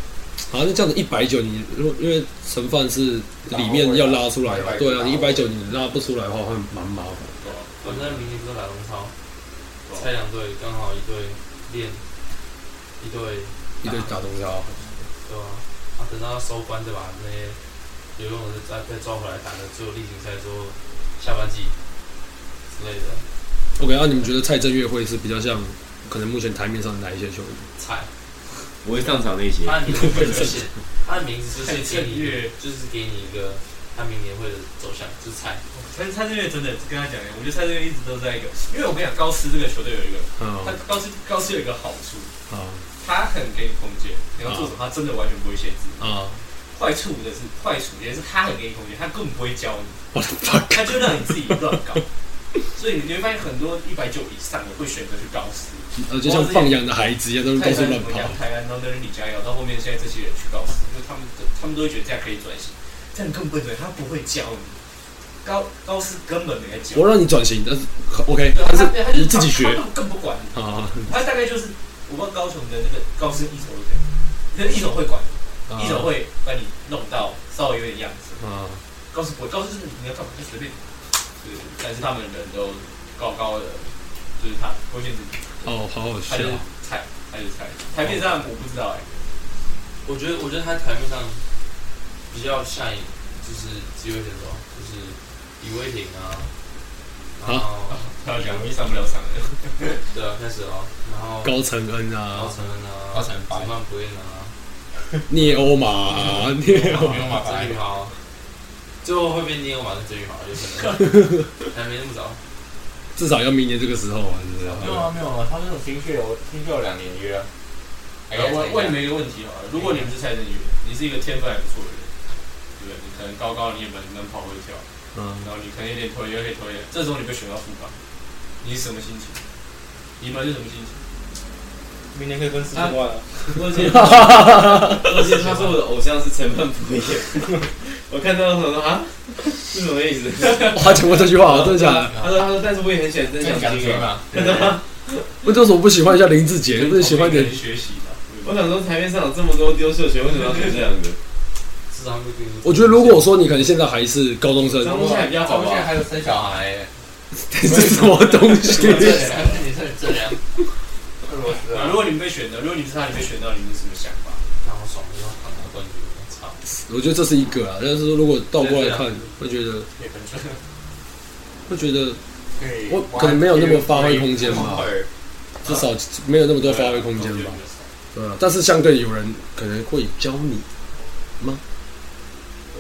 Speaker 1: 好，那这样子一百九，你如果因为盛饭是里面要拉出来嘛，对啊，你一百九你拉不出来的话会蛮麻烦。
Speaker 4: 对啊，
Speaker 2: 我在明年不是打中超，猜两队刚好一队练，一队
Speaker 1: 一堆打东西
Speaker 2: 对啊，啊等到收官再把那些游泳的再再抓回来打个最后例行赛之后下半季之类的
Speaker 1: OK，那、你们觉得蔡正月会是比较像可能目前台面上的哪一些球员？
Speaker 2: 菜。
Speaker 8: 我会上场那些，
Speaker 2: 他的名字 就是他的名字就是给
Speaker 4: 蔡正
Speaker 2: 你
Speaker 4: 月，
Speaker 2: 就是给你一个他明年会的走向，就是菜。
Speaker 4: 但是蔡正月真的跟他讲，我觉得蔡正月一直都在一个，因为我跟你讲，高斯这个球队有一个，
Speaker 1: 嗯
Speaker 4: 他高斯高斯有一个好处，
Speaker 1: 啊
Speaker 4: 他很给你空间，你要做
Speaker 1: 嗯
Speaker 4: 什么，他真的完全不会限制。
Speaker 1: 啊
Speaker 4: 坏处的是坏处也是他很给你空间，他根本不会教你，
Speaker 1: ！What the fuck？
Speaker 4: 他就让你自己乱搞。所以你会发现很多一百九以上的会选择去高斯，
Speaker 1: 呃，就像放羊的孩子一样，都是
Speaker 4: 泰
Speaker 1: 到处
Speaker 4: 山
Speaker 1: 乱
Speaker 4: 什么
Speaker 1: 跑
Speaker 4: 杨。台啊安，然后那人李佳瑶，到后面现在这些人去告死，因为他们都他们都会觉得这样可以转型，这样更笨对，他不会教你，高高斯根本没在教，
Speaker 1: 我让你转型，但是 OK，
Speaker 4: 对
Speaker 1: 但是
Speaker 4: 他他就是
Speaker 1: 你自己学
Speaker 4: 他更不管你，
Speaker 1: 啊
Speaker 4: 他大概就是我不知道高雄的那个高斯一手是这样，那一手会管你，一手会把你弄到稍微有点样子，
Speaker 1: 啊！
Speaker 4: 高斯不会，高斯就是你要干嘛就随便，对，但是他们人都高高的，就是他不会限制你，
Speaker 1: 哦，好好
Speaker 4: 他
Speaker 1: 笑
Speaker 4: 就是。菜，他就是菜，台面上我不知道哎、
Speaker 2: 我觉得，我觉得他台面上比较像一就是机会选手，就是李威霆啊，然后
Speaker 4: 他要讲容易上不了场的。
Speaker 2: 对啊，开始了，然后
Speaker 1: 高承恩啊
Speaker 2: 高，承恩啊，
Speaker 3: 高承恩白
Speaker 2: 子曼不会拿，
Speaker 1: 聂欧马啊，聂欧
Speaker 3: 不用麻
Speaker 2: 郑
Speaker 3: 烦
Speaker 2: 宇。豪，最后会被聂欧马跟郑宇豪啊有可能，还没那么早。
Speaker 1: 至少要明年这个时候啊，是不
Speaker 3: 没有
Speaker 1: 是？
Speaker 3: 啊，没有啊，他们有新秀有新秀有两年约啊。哎 呀
Speaker 2: 啊
Speaker 4: 问问你们一个问题好了，如果你们是蔡振宇，你是一个天分还不错的人，对不对？你可能高高，你也能能跑会跳，
Speaker 1: 嗯，
Speaker 4: 然后你可能有点推，有点推，这时候你被选到副帮，你是什么心情？你们是什么心情？
Speaker 5: 明年可以分四千万啊！
Speaker 4: 我是
Speaker 5: 而
Speaker 2: 啊
Speaker 5: 且他说我的偶像是陈曼普耶，我看到他说啊，是什么意思？
Speaker 1: 哇他讲过这句话，真的假
Speaker 2: 啊
Speaker 1: 的？
Speaker 5: 他说他说，但是我也很喜欢真
Speaker 3: 郑
Speaker 5: 相
Speaker 3: 祥
Speaker 5: 君
Speaker 3: 军
Speaker 5: 啊。
Speaker 3: 嘛，
Speaker 1: 为什么不喜欢一下林志杰？不是喜欢点？
Speaker 4: 学习吧。
Speaker 5: 我想说，台面上有这么多优秀球员，为什么要选 这两个？
Speaker 2: 至少他们跟
Speaker 1: 我觉得如果说你可能现在还是高中生，
Speaker 5: 张东宪比较好
Speaker 3: 我们现在
Speaker 5: 吧？
Speaker 3: 还有生小孩耶。
Speaker 1: 这是什么东西？
Speaker 3: 还是你是这样？俄罗斯
Speaker 4: 啊
Speaker 3: 啊
Speaker 4: 如，果你们被选的，如果你们是他，你被选到，你们是什么想法？
Speaker 2: 让我爽，要拿到冠军，我操！
Speaker 1: 我觉得这是一个啊，但是如果倒过来看，会觉得
Speaker 3: 可以分 手
Speaker 1: 会觉得
Speaker 3: 可以
Speaker 1: 我可能没有那么发挥空间吧至少没有那么多发挥空间吧。对啊，但是相对有人可能会教你吗？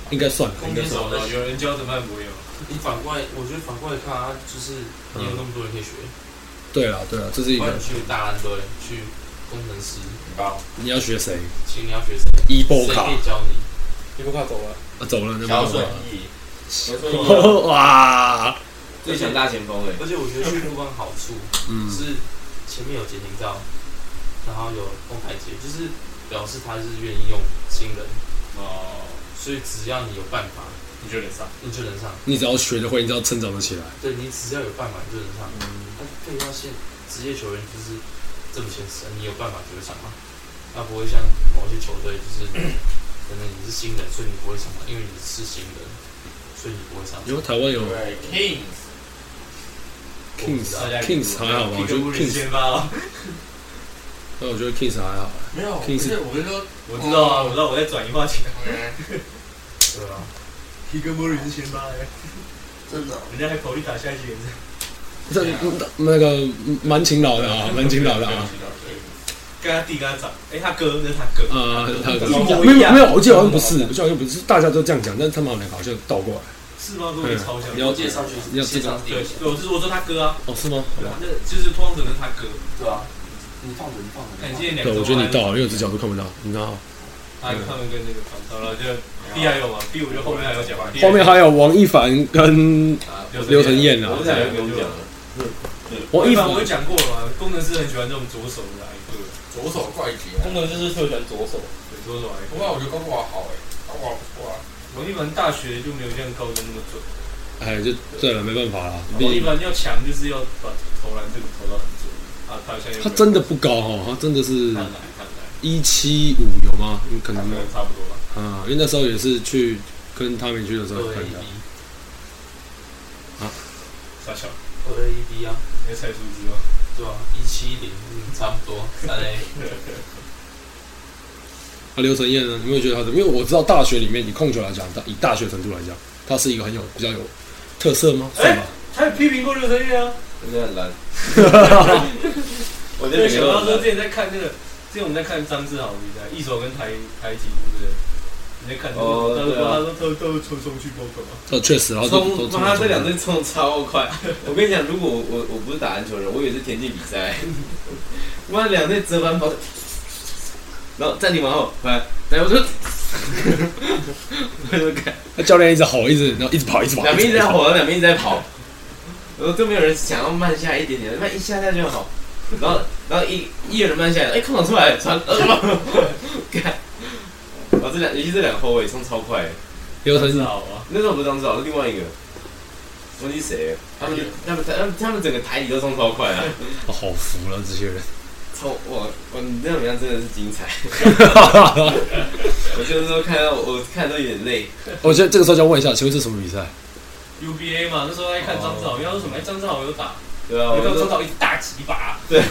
Speaker 1: 应该算吧，应该
Speaker 2: 空间
Speaker 1: 算。
Speaker 2: 手的
Speaker 4: 有人教陈曼普耶吗？
Speaker 2: 你反过来，我觉得反过来看啊，就是你有那么多人可以学，
Speaker 1: 对啦，对啊啦，这是一
Speaker 2: 不然
Speaker 1: 个
Speaker 2: 你去大烂队，去工程师，
Speaker 3: 很棒。
Speaker 1: 你要学谁？
Speaker 2: 请你要学谁，
Speaker 1: 伊波
Speaker 2: 谁
Speaker 1: 卡
Speaker 2: 可以教你？
Speaker 5: 你不怕走了？
Speaker 1: 啊，走了，那
Speaker 3: 小
Speaker 1: 没
Speaker 3: 水
Speaker 1: 办
Speaker 3: 翼，
Speaker 1: 法了。 哇，
Speaker 5: 最强大前锋哎，
Speaker 2: 而且我觉得去陆冠好处
Speaker 1: 嗯，
Speaker 2: 是前面有捷径照，然后有后台阶，就是表示他是愿意用新人，
Speaker 4: 哦，
Speaker 2: 所以只要你有办法，
Speaker 4: 你就能上。
Speaker 2: 你就能上。
Speaker 1: 你只要学得会，你只要成长得起来。
Speaker 2: 对你只要有办法，你就能上。
Speaker 3: 嗯
Speaker 2: 那废话，现职业球员就是这么现实，你有办法就会上嘛。那啊不会像某些球队，就是 可能你是新人，所以你不会上嘛，因为你是新人，所以你不会上。
Speaker 1: 因为台湾有
Speaker 3: 对，Kings，
Speaker 2: 我不知道
Speaker 1: Kings Kings 还好吧？我觉得 Kings，
Speaker 4: 先发。哦
Speaker 1: 那我觉得 Kings 还好。
Speaker 3: 没有，不
Speaker 1: Kings
Speaker 3: 是，我是说，
Speaker 4: 我知道啊，我知道我在转移话题。
Speaker 3: 哎
Speaker 2: 对啊，
Speaker 4: 提哥莫里是先发的，
Speaker 3: 真的，啊
Speaker 4: 人家还考虑打下一季联赛。
Speaker 1: 这那个蛮勤劳的啊，蛮勤劳的啊。
Speaker 4: 跟他弟跟他长，哎，他哥那是他哥。
Speaker 1: 啊，他
Speaker 4: 跟
Speaker 1: 没有没有，我记得好像不是，我记得好像不是，大家都这样讲，但是他们好像好像倒过来。
Speaker 4: 是吗？跟我超像。
Speaker 1: 你要
Speaker 3: 介绍去，
Speaker 1: 你要这
Speaker 3: 介
Speaker 1: 个
Speaker 3: 绍第
Speaker 4: 对
Speaker 3: 一个，，
Speaker 4: 对，我是我说他哥啊，
Speaker 1: 哦，是吗？
Speaker 4: 对啊，那就是通常只能他哥。
Speaker 3: 对啊，你放着，你放着，
Speaker 4: 感
Speaker 3: 你放着
Speaker 4: 谢两个。
Speaker 1: 对，我觉得你到了，因为我这角度看不到，你知道吗。
Speaker 4: 他他们跟那个反超了，就 B 还有嘛，B 我就后面还有讲吧。
Speaker 1: 后面还有王一凡跟刘承彦啊
Speaker 5: 我，这两个不用讲了，
Speaker 1: 王
Speaker 4: 一
Speaker 1: 一
Speaker 4: 凡
Speaker 1: 凡
Speaker 4: 我就讲过了嘛，工程师很喜欢这种左手的来客，
Speaker 3: 左手怪杰啊。
Speaker 5: 功能就是特喜欢左手，
Speaker 4: 对左手来
Speaker 3: 不
Speaker 4: 客。
Speaker 3: 过我觉得高国华好哎，
Speaker 4: 哇哇！我一般大学就没有像高中那么准，
Speaker 1: 哎，就对了，没办法啦，毕
Speaker 4: 我一
Speaker 1: 竟
Speaker 4: 般要强就是要把投篮这个投到很准啊，他好像有
Speaker 1: 他真的不高哦，他真的是
Speaker 4: 看来看来，
Speaker 1: 一七五有吗？嗯可能
Speaker 4: 可
Speaker 1: 没有
Speaker 4: 能差不多吧。
Speaker 1: 啊，因为那时候也是去跟他们去的时候
Speaker 2: 二 A
Speaker 1: 看的
Speaker 2: B，，
Speaker 4: 傻笑，
Speaker 2: 二 A B 啊，
Speaker 4: 你在猜数字吗？
Speaker 2: 对吧？一七零，嗯，差不多三 A，
Speaker 1: 那刘承彦呢？你有没有觉得他的？因为我知道大学里面以控球来讲，他以大学程度来讲，他是一个很有比较有特色吗？算吧，
Speaker 4: 他有批评过刘承彦啊。
Speaker 8: 我真的很懒。
Speaker 4: 我就想到说，之前在看那个，之前我们在看张志豪比赛，一手跟台台体，对不对？你在看那
Speaker 8: 哦
Speaker 4: 个，他说
Speaker 8: 对啊
Speaker 4: 他说他都都冲冲去包干嘛？
Speaker 1: 呃，确实，然后就
Speaker 8: 冲
Speaker 1: 都
Speaker 8: 妈，这两
Speaker 1: 队
Speaker 8: 队冲超快！我跟你讲，如果我我我不是打篮球的人，我以为是田径比 赛，妈两队折返跑，然后暂停往后，回来，来 我就，我就看
Speaker 1: 教练一直吼，一直然后一直跑，一直跑，
Speaker 8: 两边一直在
Speaker 1: 直跑，
Speaker 8: 跑，两边一直在跑，然后都没有人想要慢下一点点，慢一下下就好。然后然后一一有人慢下来，哎，空档出来传，呃 看，然后这两尤其这两个后卫冲超快。
Speaker 1: 刘承
Speaker 4: 张志
Speaker 1: 彦，
Speaker 4: 豪啊，
Speaker 8: 那时候不是张志豪，是另外一个，忘记谁了。他们他们他们他们整个台里都冲超快啊，
Speaker 1: 哦好服了这些人，
Speaker 8: 超哇哇！你那种样真的是精彩。我就是说看到我看到有点累，
Speaker 1: 我觉得这个时候就要问一下，请问是什么比赛？
Speaker 4: UBA 嘛，那时候在看张志豪，因为他说什么？哎张志豪有打，
Speaker 8: 对啊，
Speaker 4: 我
Speaker 8: 我
Speaker 4: 看
Speaker 8: 就
Speaker 4: 张志
Speaker 8: 说
Speaker 4: 豪一大几把，
Speaker 8: 对，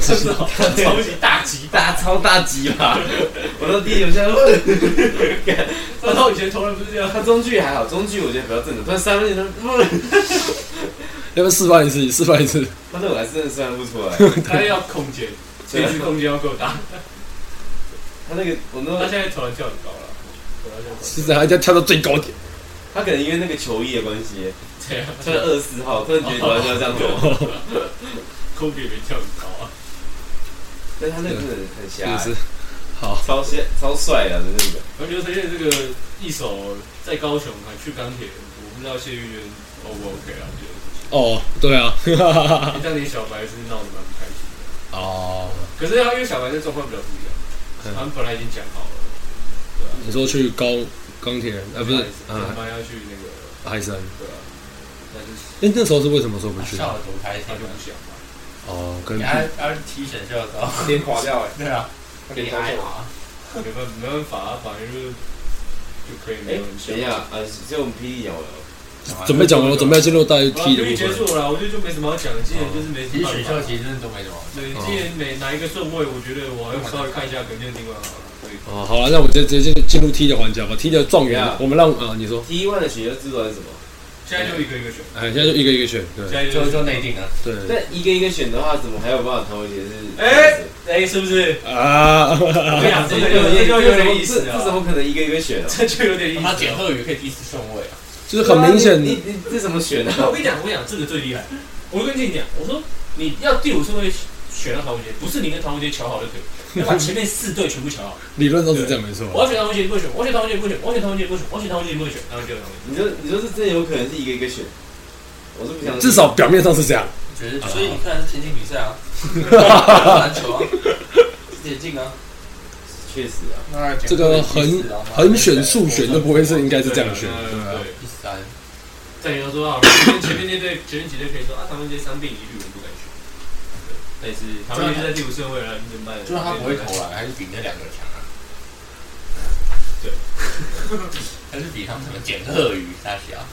Speaker 4: 张志豪超级大几把。
Speaker 8: 大超大鸡 吧，我都第一有下说，呃
Speaker 4: 张志豪以前投篮不是这样，
Speaker 8: 他中距还好，中距我觉得比较正常，但三分呃球
Speaker 1: 要不要示范一次？示范一次，
Speaker 8: 他对我还是真的算不出 来。
Speaker 4: 他要空间，垂直空间要够大。
Speaker 8: 他那个我
Speaker 4: 他
Speaker 8: 那
Speaker 4: 现在投篮跳很高了，投篮跳很高
Speaker 1: 是在一定要跳到最高点。
Speaker 8: 他可能因为那个球衣的关系，
Speaker 4: 对啊，
Speaker 8: 穿二十四号，突然觉得好像要这样做，
Speaker 4: 科比也没跳很高啊。
Speaker 8: 但他那个真的很瞎
Speaker 1: 是，不是？好，
Speaker 8: 超帅超帅啊，真的。
Speaker 4: 我觉得现在这个一手在高雄还去钢铁，我不知道谢玉元 O 不 OK 啊？我觉得
Speaker 1: 哦，对啊，
Speaker 4: 你当年小白是闹得蛮不开心的，
Speaker 1: 哦，
Speaker 4: 可是他因为小白的状况比较不
Speaker 1: 嗯
Speaker 4: 一样，他们本来已经讲好了，
Speaker 1: 你说去高钢铁人，呃，不是，
Speaker 4: 他
Speaker 1: 啊，
Speaker 4: 们要去那个，
Speaker 1: 海神，哎
Speaker 4: 对啊，但是、
Speaker 1: 那时候是为什么说不去？
Speaker 2: 笑得多开心
Speaker 4: 他就
Speaker 2: 啊！
Speaker 4: 不想嘛。
Speaker 1: 哦，跟
Speaker 2: 你还还是踢选秀的时候，
Speaker 8: 脸垮掉哎、
Speaker 2: 对啊，你还
Speaker 8: 哎、
Speaker 2: 好，
Speaker 4: 没办没办法啊，反正就是就可以没有人笑。
Speaker 8: 哎等一下，啊，就我们霹雳讲完了，
Speaker 1: 准备讲完，我准备要进入带
Speaker 4: 好啦
Speaker 1: T 的
Speaker 4: 可以
Speaker 1: 部
Speaker 4: 结
Speaker 1: 分。
Speaker 4: 束了啦，我觉得就没什么好讲的，今
Speaker 1: 哦
Speaker 4: 年就是没什
Speaker 2: 其
Speaker 4: 么
Speaker 2: 实选
Speaker 4: 办
Speaker 2: 秀
Speaker 4: 法。
Speaker 2: 其实真的都没什么。
Speaker 4: 对，今年每哪一个顺位，我觉得我还要稍微看一下，肯定另外好了。可以
Speaker 1: 哦，好了，那我们就直接进入 T 的环节吧。T 的状元
Speaker 8: Yeah，
Speaker 1: 我们让呃
Speaker 2: 啊
Speaker 1: 你说，
Speaker 8: 第一万的选秀制度还是什么？
Speaker 4: 现在就一个一个选，
Speaker 1: 哎，现在就一个一个选，
Speaker 4: 现
Speaker 1: 对
Speaker 4: 在
Speaker 2: 就就内。定了，
Speaker 1: 对
Speaker 8: 那一个一个选的话，怎么还有办法投一些是？
Speaker 4: 哎哎，是不是？
Speaker 1: 啊，
Speaker 4: 对呀，这
Speaker 8: 这
Speaker 4: 就
Speaker 8: 有
Speaker 4: 这就有点意
Speaker 8: 这
Speaker 4: 思
Speaker 8: 这怎
Speaker 4: 啊，
Speaker 8: 么可能一个一个选啊？
Speaker 4: 这就有点意思
Speaker 2: 他
Speaker 4: 啊。
Speaker 2: 简鹤宇可以第四顺位啊，
Speaker 1: 就是很明显
Speaker 8: 你你这怎么选
Speaker 4: 我
Speaker 8: 啊？
Speaker 4: 跟你讲，我跟你讲，这个最厉害。我跟你讲，我说你要第五顺位选唐文杰，不是你跟唐文杰瞧好就可以，要把前面四队全部瞧好。
Speaker 1: 理论上是这样没错。
Speaker 4: 我要选唐文杰，你不选；我要选唐文杰，你不选；我要选唐文杰，你不选；我要选唐文杰，你不选。然后就唐文杰。
Speaker 8: 你说你说是真有可能是一个一个选？我是不想
Speaker 1: 至少表面上是这样。
Speaker 2: 觉得所以你看是田径比 赛啊，篮球啊，是田径啊，啊
Speaker 8: 确实啊，
Speaker 1: 这个呃很很选数选都不会是应该是这样选，对啊。
Speaker 4: 对。
Speaker 2: 第三，
Speaker 4: 再有人说啊，前面那队前面几队可以说啊，唐文杰伤病一律我们不敢选。但是唐文杰在第五顺位了，你怎么办？
Speaker 2: 就算他不会投篮，还是比那两个强啊。
Speaker 4: 对，
Speaker 2: 还是比他们什么简鹤宇那些啊，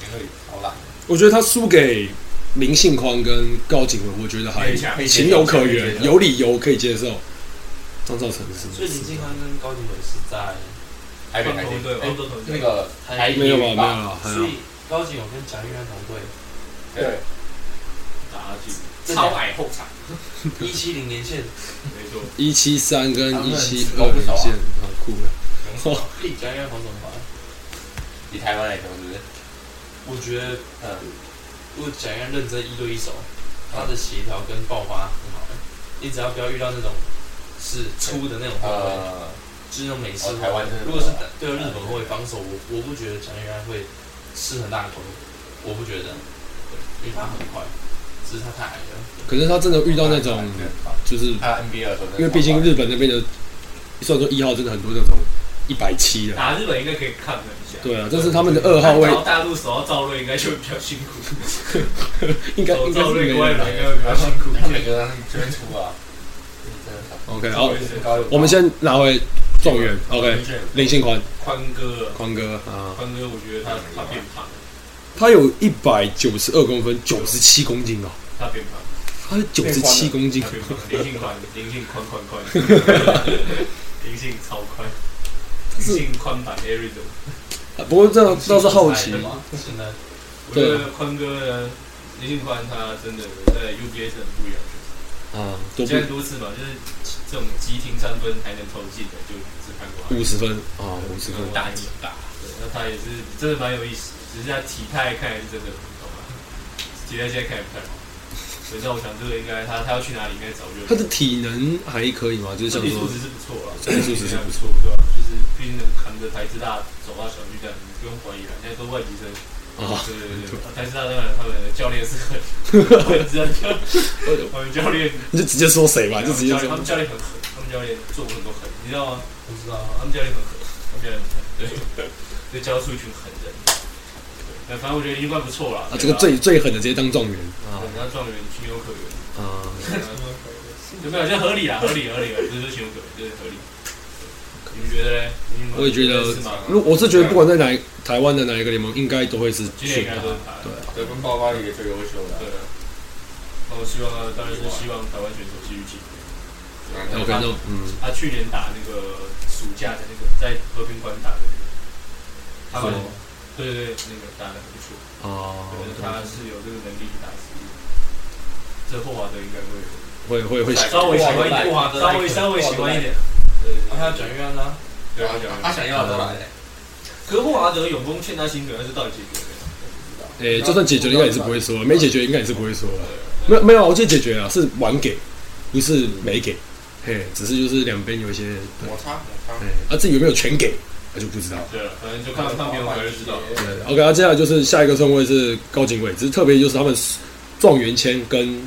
Speaker 2: 简鹤宇好烂，
Speaker 1: 我觉得他输给林信匡跟高景文，我觉得还
Speaker 4: 勉强
Speaker 2: 可以接受
Speaker 1: 情有可
Speaker 2: 可以接
Speaker 1: 原，
Speaker 2: 受
Speaker 1: 有理由可以接受。张兆成是
Speaker 2: 所以林靖康跟高景文是在台北
Speaker 4: 放
Speaker 2: 台
Speaker 4: 同队，
Speaker 2: 哎
Speaker 4: 放同
Speaker 2: 那
Speaker 4: 队。
Speaker 2: 个台
Speaker 1: 没有吧？没
Speaker 2: 北
Speaker 1: 有
Speaker 2: 吧，
Speaker 1: 吧？还好
Speaker 2: 所以高景文跟蒋玉安同队。
Speaker 8: 对，
Speaker 4: 打去超矮后场，
Speaker 2: 一七零年线，
Speaker 4: 没错。
Speaker 1: 一七三跟
Speaker 2: 他们
Speaker 1: 一七
Speaker 2: 吃
Speaker 1: 二
Speaker 2: 够不少啊
Speaker 1: 线，好酷啊！
Speaker 2: 比蒋玉安同怎么办？
Speaker 8: 比台湾来投是不是？
Speaker 2: 我觉得，
Speaker 8: 嗯
Speaker 2: 如果蒋玉安认真一对一手，他的协调跟爆发很好。你只要不要遇到那种是粗的那种后卫，
Speaker 8: 呃，
Speaker 2: 就是那种美式后
Speaker 8: 哦
Speaker 2: 卫。
Speaker 8: 台湾真的
Speaker 2: 如果是
Speaker 8: 不好
Speaker 2: 对日本后卫防守，我我不觉得蒋玉安会吃很大的亏，我不觉得，对因为他很快，只是他太矮了。
Speaker 1: 可是他真的遇到那种，就是
Speaker 8: 他 NBA 的时候，
Speaker 1: 因为毕竟日本那边的，算说一号真的很多那种一百七了。
Speaker 4: 打啊日本应该可以看了一下。
Speaker 1: 对啊，但是他们的二号位
Speaker 4: 然后大陆守到赵瑞应该就会比较辛苦，
Speaker 1: 应该
Speaker 4: 守
Speaker 1: 应该
Speaker 4: 赵
Speaker 1: 是没
Speaker 4: 瑞
Speaker 1: 人
Speaker 4: 国外版
Speaker 1: 来
Speaker 4: 应该会比较辛苦。
Speaker 2: 他每个人这边出啊，嗯真的
Speaker 1: OK，
Speaker 4: 赵
Speaker 1: 好
Speaker 4: 瑞，是
Speaker 2: 高有
Speaker 1: 我们先拿回状元。OK，林信宽，
Speaker 4: 宽哥，
Speaker 1: 宽哥啊，
Speaker 4: 宽哥，我觉得他他变胖了，
Speaker 1: 他有一百九十二公分，九十七公斤哦，
Speaker 4: 他变胖了，
Speaker 1: 他是九十七公斤
Speaker 4: 他，变胖了， 灵性宽，灵性宽宽宽， 灵性超宽，灵性宽版 Arizo。
Speaker 1: 啊不过这倒是好奇，
Speaker 2: 是呢，
Speaker 4: 我觉得宽哥呢，林信宽他真的在 UBA 是很不一样的。
Speaker 1: 啊，都
Speaker 4: 现在多次嘛，就是这种急停三分还能投进的，就只看过他。
Speaker 1: 五十分啊，五十分，
Speaker 4: 打击吧。对，那他也是真的蛮有意思，只是他体态看来是真的很好啊，体态现在看也不太好。所以那我想这个应该他他要去哪里应该早就。
Speaker 1: 他的体能还可以嘛，就是
Speaker 4: 身
Speaker 1: 像
Speaker 4: 体
Speaker 1: 说
Speaker 4: 素质是不错啦，啊
Speaker 1: 身体素质是不
Speaker 4: 不错，对吧、就是毕竟能扛着台资大走到小巨蛋，你不用怀疑了，现在都外籍生。
Speaker 1: 啊，
Speaker 4: 对对对，台资大当然他们的教练是很，很知道，他们教练，
Speaker 1: 你就直接说谁吧，啊
Speaker 4: 他
Speaker 1: 就直接
Speaker 4: 们教
Speaker 1: 说
Speaker 4: 他们教练很狠，他们教练做过很多狠，你知道吗？
Speaker 2: 不知道。
Speaker 4: 他们教练很狠，他们教练很狠，对，就教出一群狠人。对，反正我觉得已经算不错了。
Speaker 1: 啊，这个最最狠的直接当状元啊
Speaker 4: 人家状元情有可原，
Speaker 1: 啊，
Speaker 4: 有没有？这合理啊，合理合理，合理就是情有可原，就是合理。你们觉得嘞？你们
Speaker 1: 我也觉得
Speaker 4: 是吗？
Speaker 1: 如我是觉得不管在哪一台湾的哪一个联盟，应该都会是
Speaker 4: 今年
Speaker 1: 选
Speaker 4: 应该
Speaker 1: 他
Speaker 4: 都，是他。
Speaker 1: 对啊，
Speaker 2: 得分爆发力也最优秀的啊，
Speaker 4: 对。那我希望呢，当然是希望台湾选手继续进步。
Speaker 1: OK，
Speaker 4: 他
Speaker 1: 那嗯，
Speaker 4: 他去年打那个暑假的那个在和平馆打的那个，他们
Speaker 1: 是吗
Speaker 4: 对对对，那个打的很不错。
Speaker 1: 哦
Speaker 4: 我觉得，他是有这个能力去打职业。这霍华德应该会
Speaker 1: 会会会，
Speaker 4: 稍微喜欢一点，
Speaker 2: 霍华德
Speaker 4: 稍微稍微喜欢一点。对对对，
Speaker 2: 那啊他转院了，
Speaker 4: 对他讲
Speaker 3: 啊
Speaker 2: 他想要的都来了，
Speaker 4: 可是霍华德永工欠他薪水，但是到底解决了
Speaker 1: 诶，就算解决了，应该也是不会说，没解决应该也是不会说
Speaker 4: 没有？
Speaker 1: 了，
Speaker 4: 对
Speaker 1: 没有没有啊，我记得解决了，是晚给，不是没给，嘿，只是就是两边有一些，
Speaker 2: 摩擦摩擦
Speaker 1: 哎，啊自己有没有全给，那就不知道。
Speaker 4: 对了，反正就看
Speaker 3: 啊
Speaker 4: 看别人回来就知道了。
Speaker 1: 对，OK，那、接下来就是下一个顺位是高警卫，只是特别就是他们状元签跟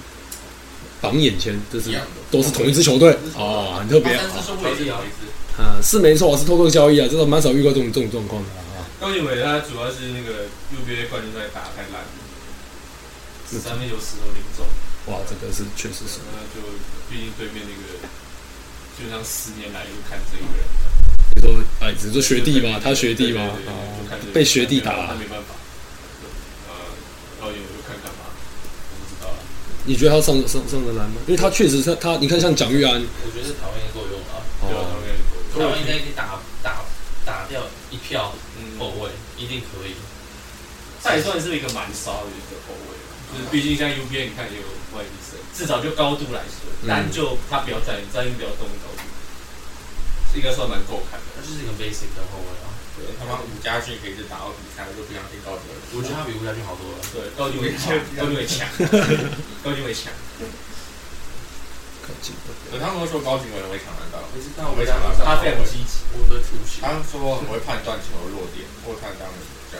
Speaker 1: 榜眼签，这是
Speaker 2: 一样的
Speaker 1: 都是同一支球队哦，很特别
Speaker 4: 他三次
Speaker 1: 啊，
Speaker 4: 是不一样。
Speaker 1: 啊是没错，是偷偷交易啊，这种蛮少遇到这种这种状况的啊，
Speaker 4: 高景伟他主要是那个 UBA 冠军赛打得太烂了，三分球十投零中，
Speaker 1: 哇，这个是确实是，
Speaker 4: 那就毕竟对面那个基本上十年来就看这一个人。
Speaker 1: 你说哎，只是说学弟嘛，他学弟嘛，
Speaker 4: 对对对就看
Speaker 1: 哦
Speaker 4: 这个
Speaker 1: 被学弟
Speaker 4: 那
Speaker 1: 打，
Speaker 4: 没办法。对呃，导演我就看看吧，我不知道了。
Speaker 1: 你觉得他上上上得来吗？因为他确实是他，你看像蒋玉安，
Speaker 2: 我觉得是台湾应该够用啊，
Speaker 4: 对啊，
Speaker 1: 哦，
Speaker 4: 导演我
Speaker 2: 台湾应该可以打打打掉一票后
Speaker 4: 嗯，
Speaker 2: 卫，一定可以。
Speaker 4: 他也算是一个蛮骚的一个后卫了，就是毕竟像 UBA 你看也有外地生，至少就高度来说，
Speaker 1: 嗯
Speaker 4: 单就他不要占占用不要动的高度，应该算蛮够看的。
Speaker 2: 他就是一个 basic 的后卫啊，
Speaker 4: 对，
Speaker 10: 他妈吴家俊可以是打到比赛，我就不想听到这个。
Speaker 2: 我觉得他比吴家俊好多了。
Speaker 4: 对，高俊伟强，高俊伟强，高俊伟强，
Speaker 1: 高景卫
Speaker 10: 有他们都说高景文我也想得到，
Speaker 2: 啊我知道
Speaker 10: 我想到
Speaker 4: 他非常积极。
Speaker 2: 我的图形，
Speaker 10: 他们说很会判断球的弱点，或看当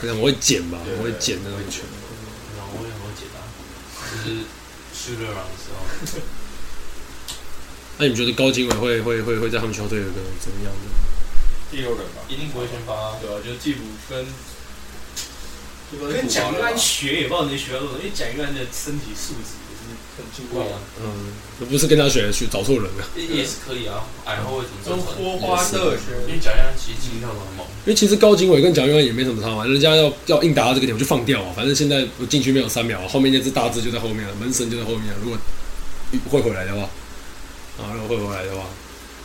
Speaker 1: 可能我会捡吧，
Speaker 10: 对
Speaker 1: 我会捡那种球，
Speaker 2: 然后我也很会解答，就是试热狼的时候。
Speaker 1: 那你们觉得高景伟会会会会在他们球队有个怎么样的？
Speaker 10: 第六人吧。
Speaker 2: 一定不会先发。
Speaker 4: 对啊，就替补跟
Speaker 10: 跟
Speaker 4: 跟蒋玉安学也不知道能学到多少，因为蒋玉安的身体素质也是很进
Speaker 2: 不
Speaker 4: 步
Speaker 2: 一样，
Speaker 1: 嗯，不是跟他学，去找错人了。
Speaker 2: 也也是可以啊。矮后卫怎么
Speaker 10: 都霍
Speaker 2: 做
Speaker 10: 花热
Speaker 2: 因
Speaker 10: 血，
Speaker 2: 为蒋亚其实进跳都很猛，
Speaker 1: 因为其实高景伟跟蒋玉安也没什么差嘛，人家要要硬打到这个点，我就放掉啊。反正现在我禁区没有三秒啊，后面那只大只就在后面了，门神就在后面了。如果会回来的话，啊，如果会回来的话，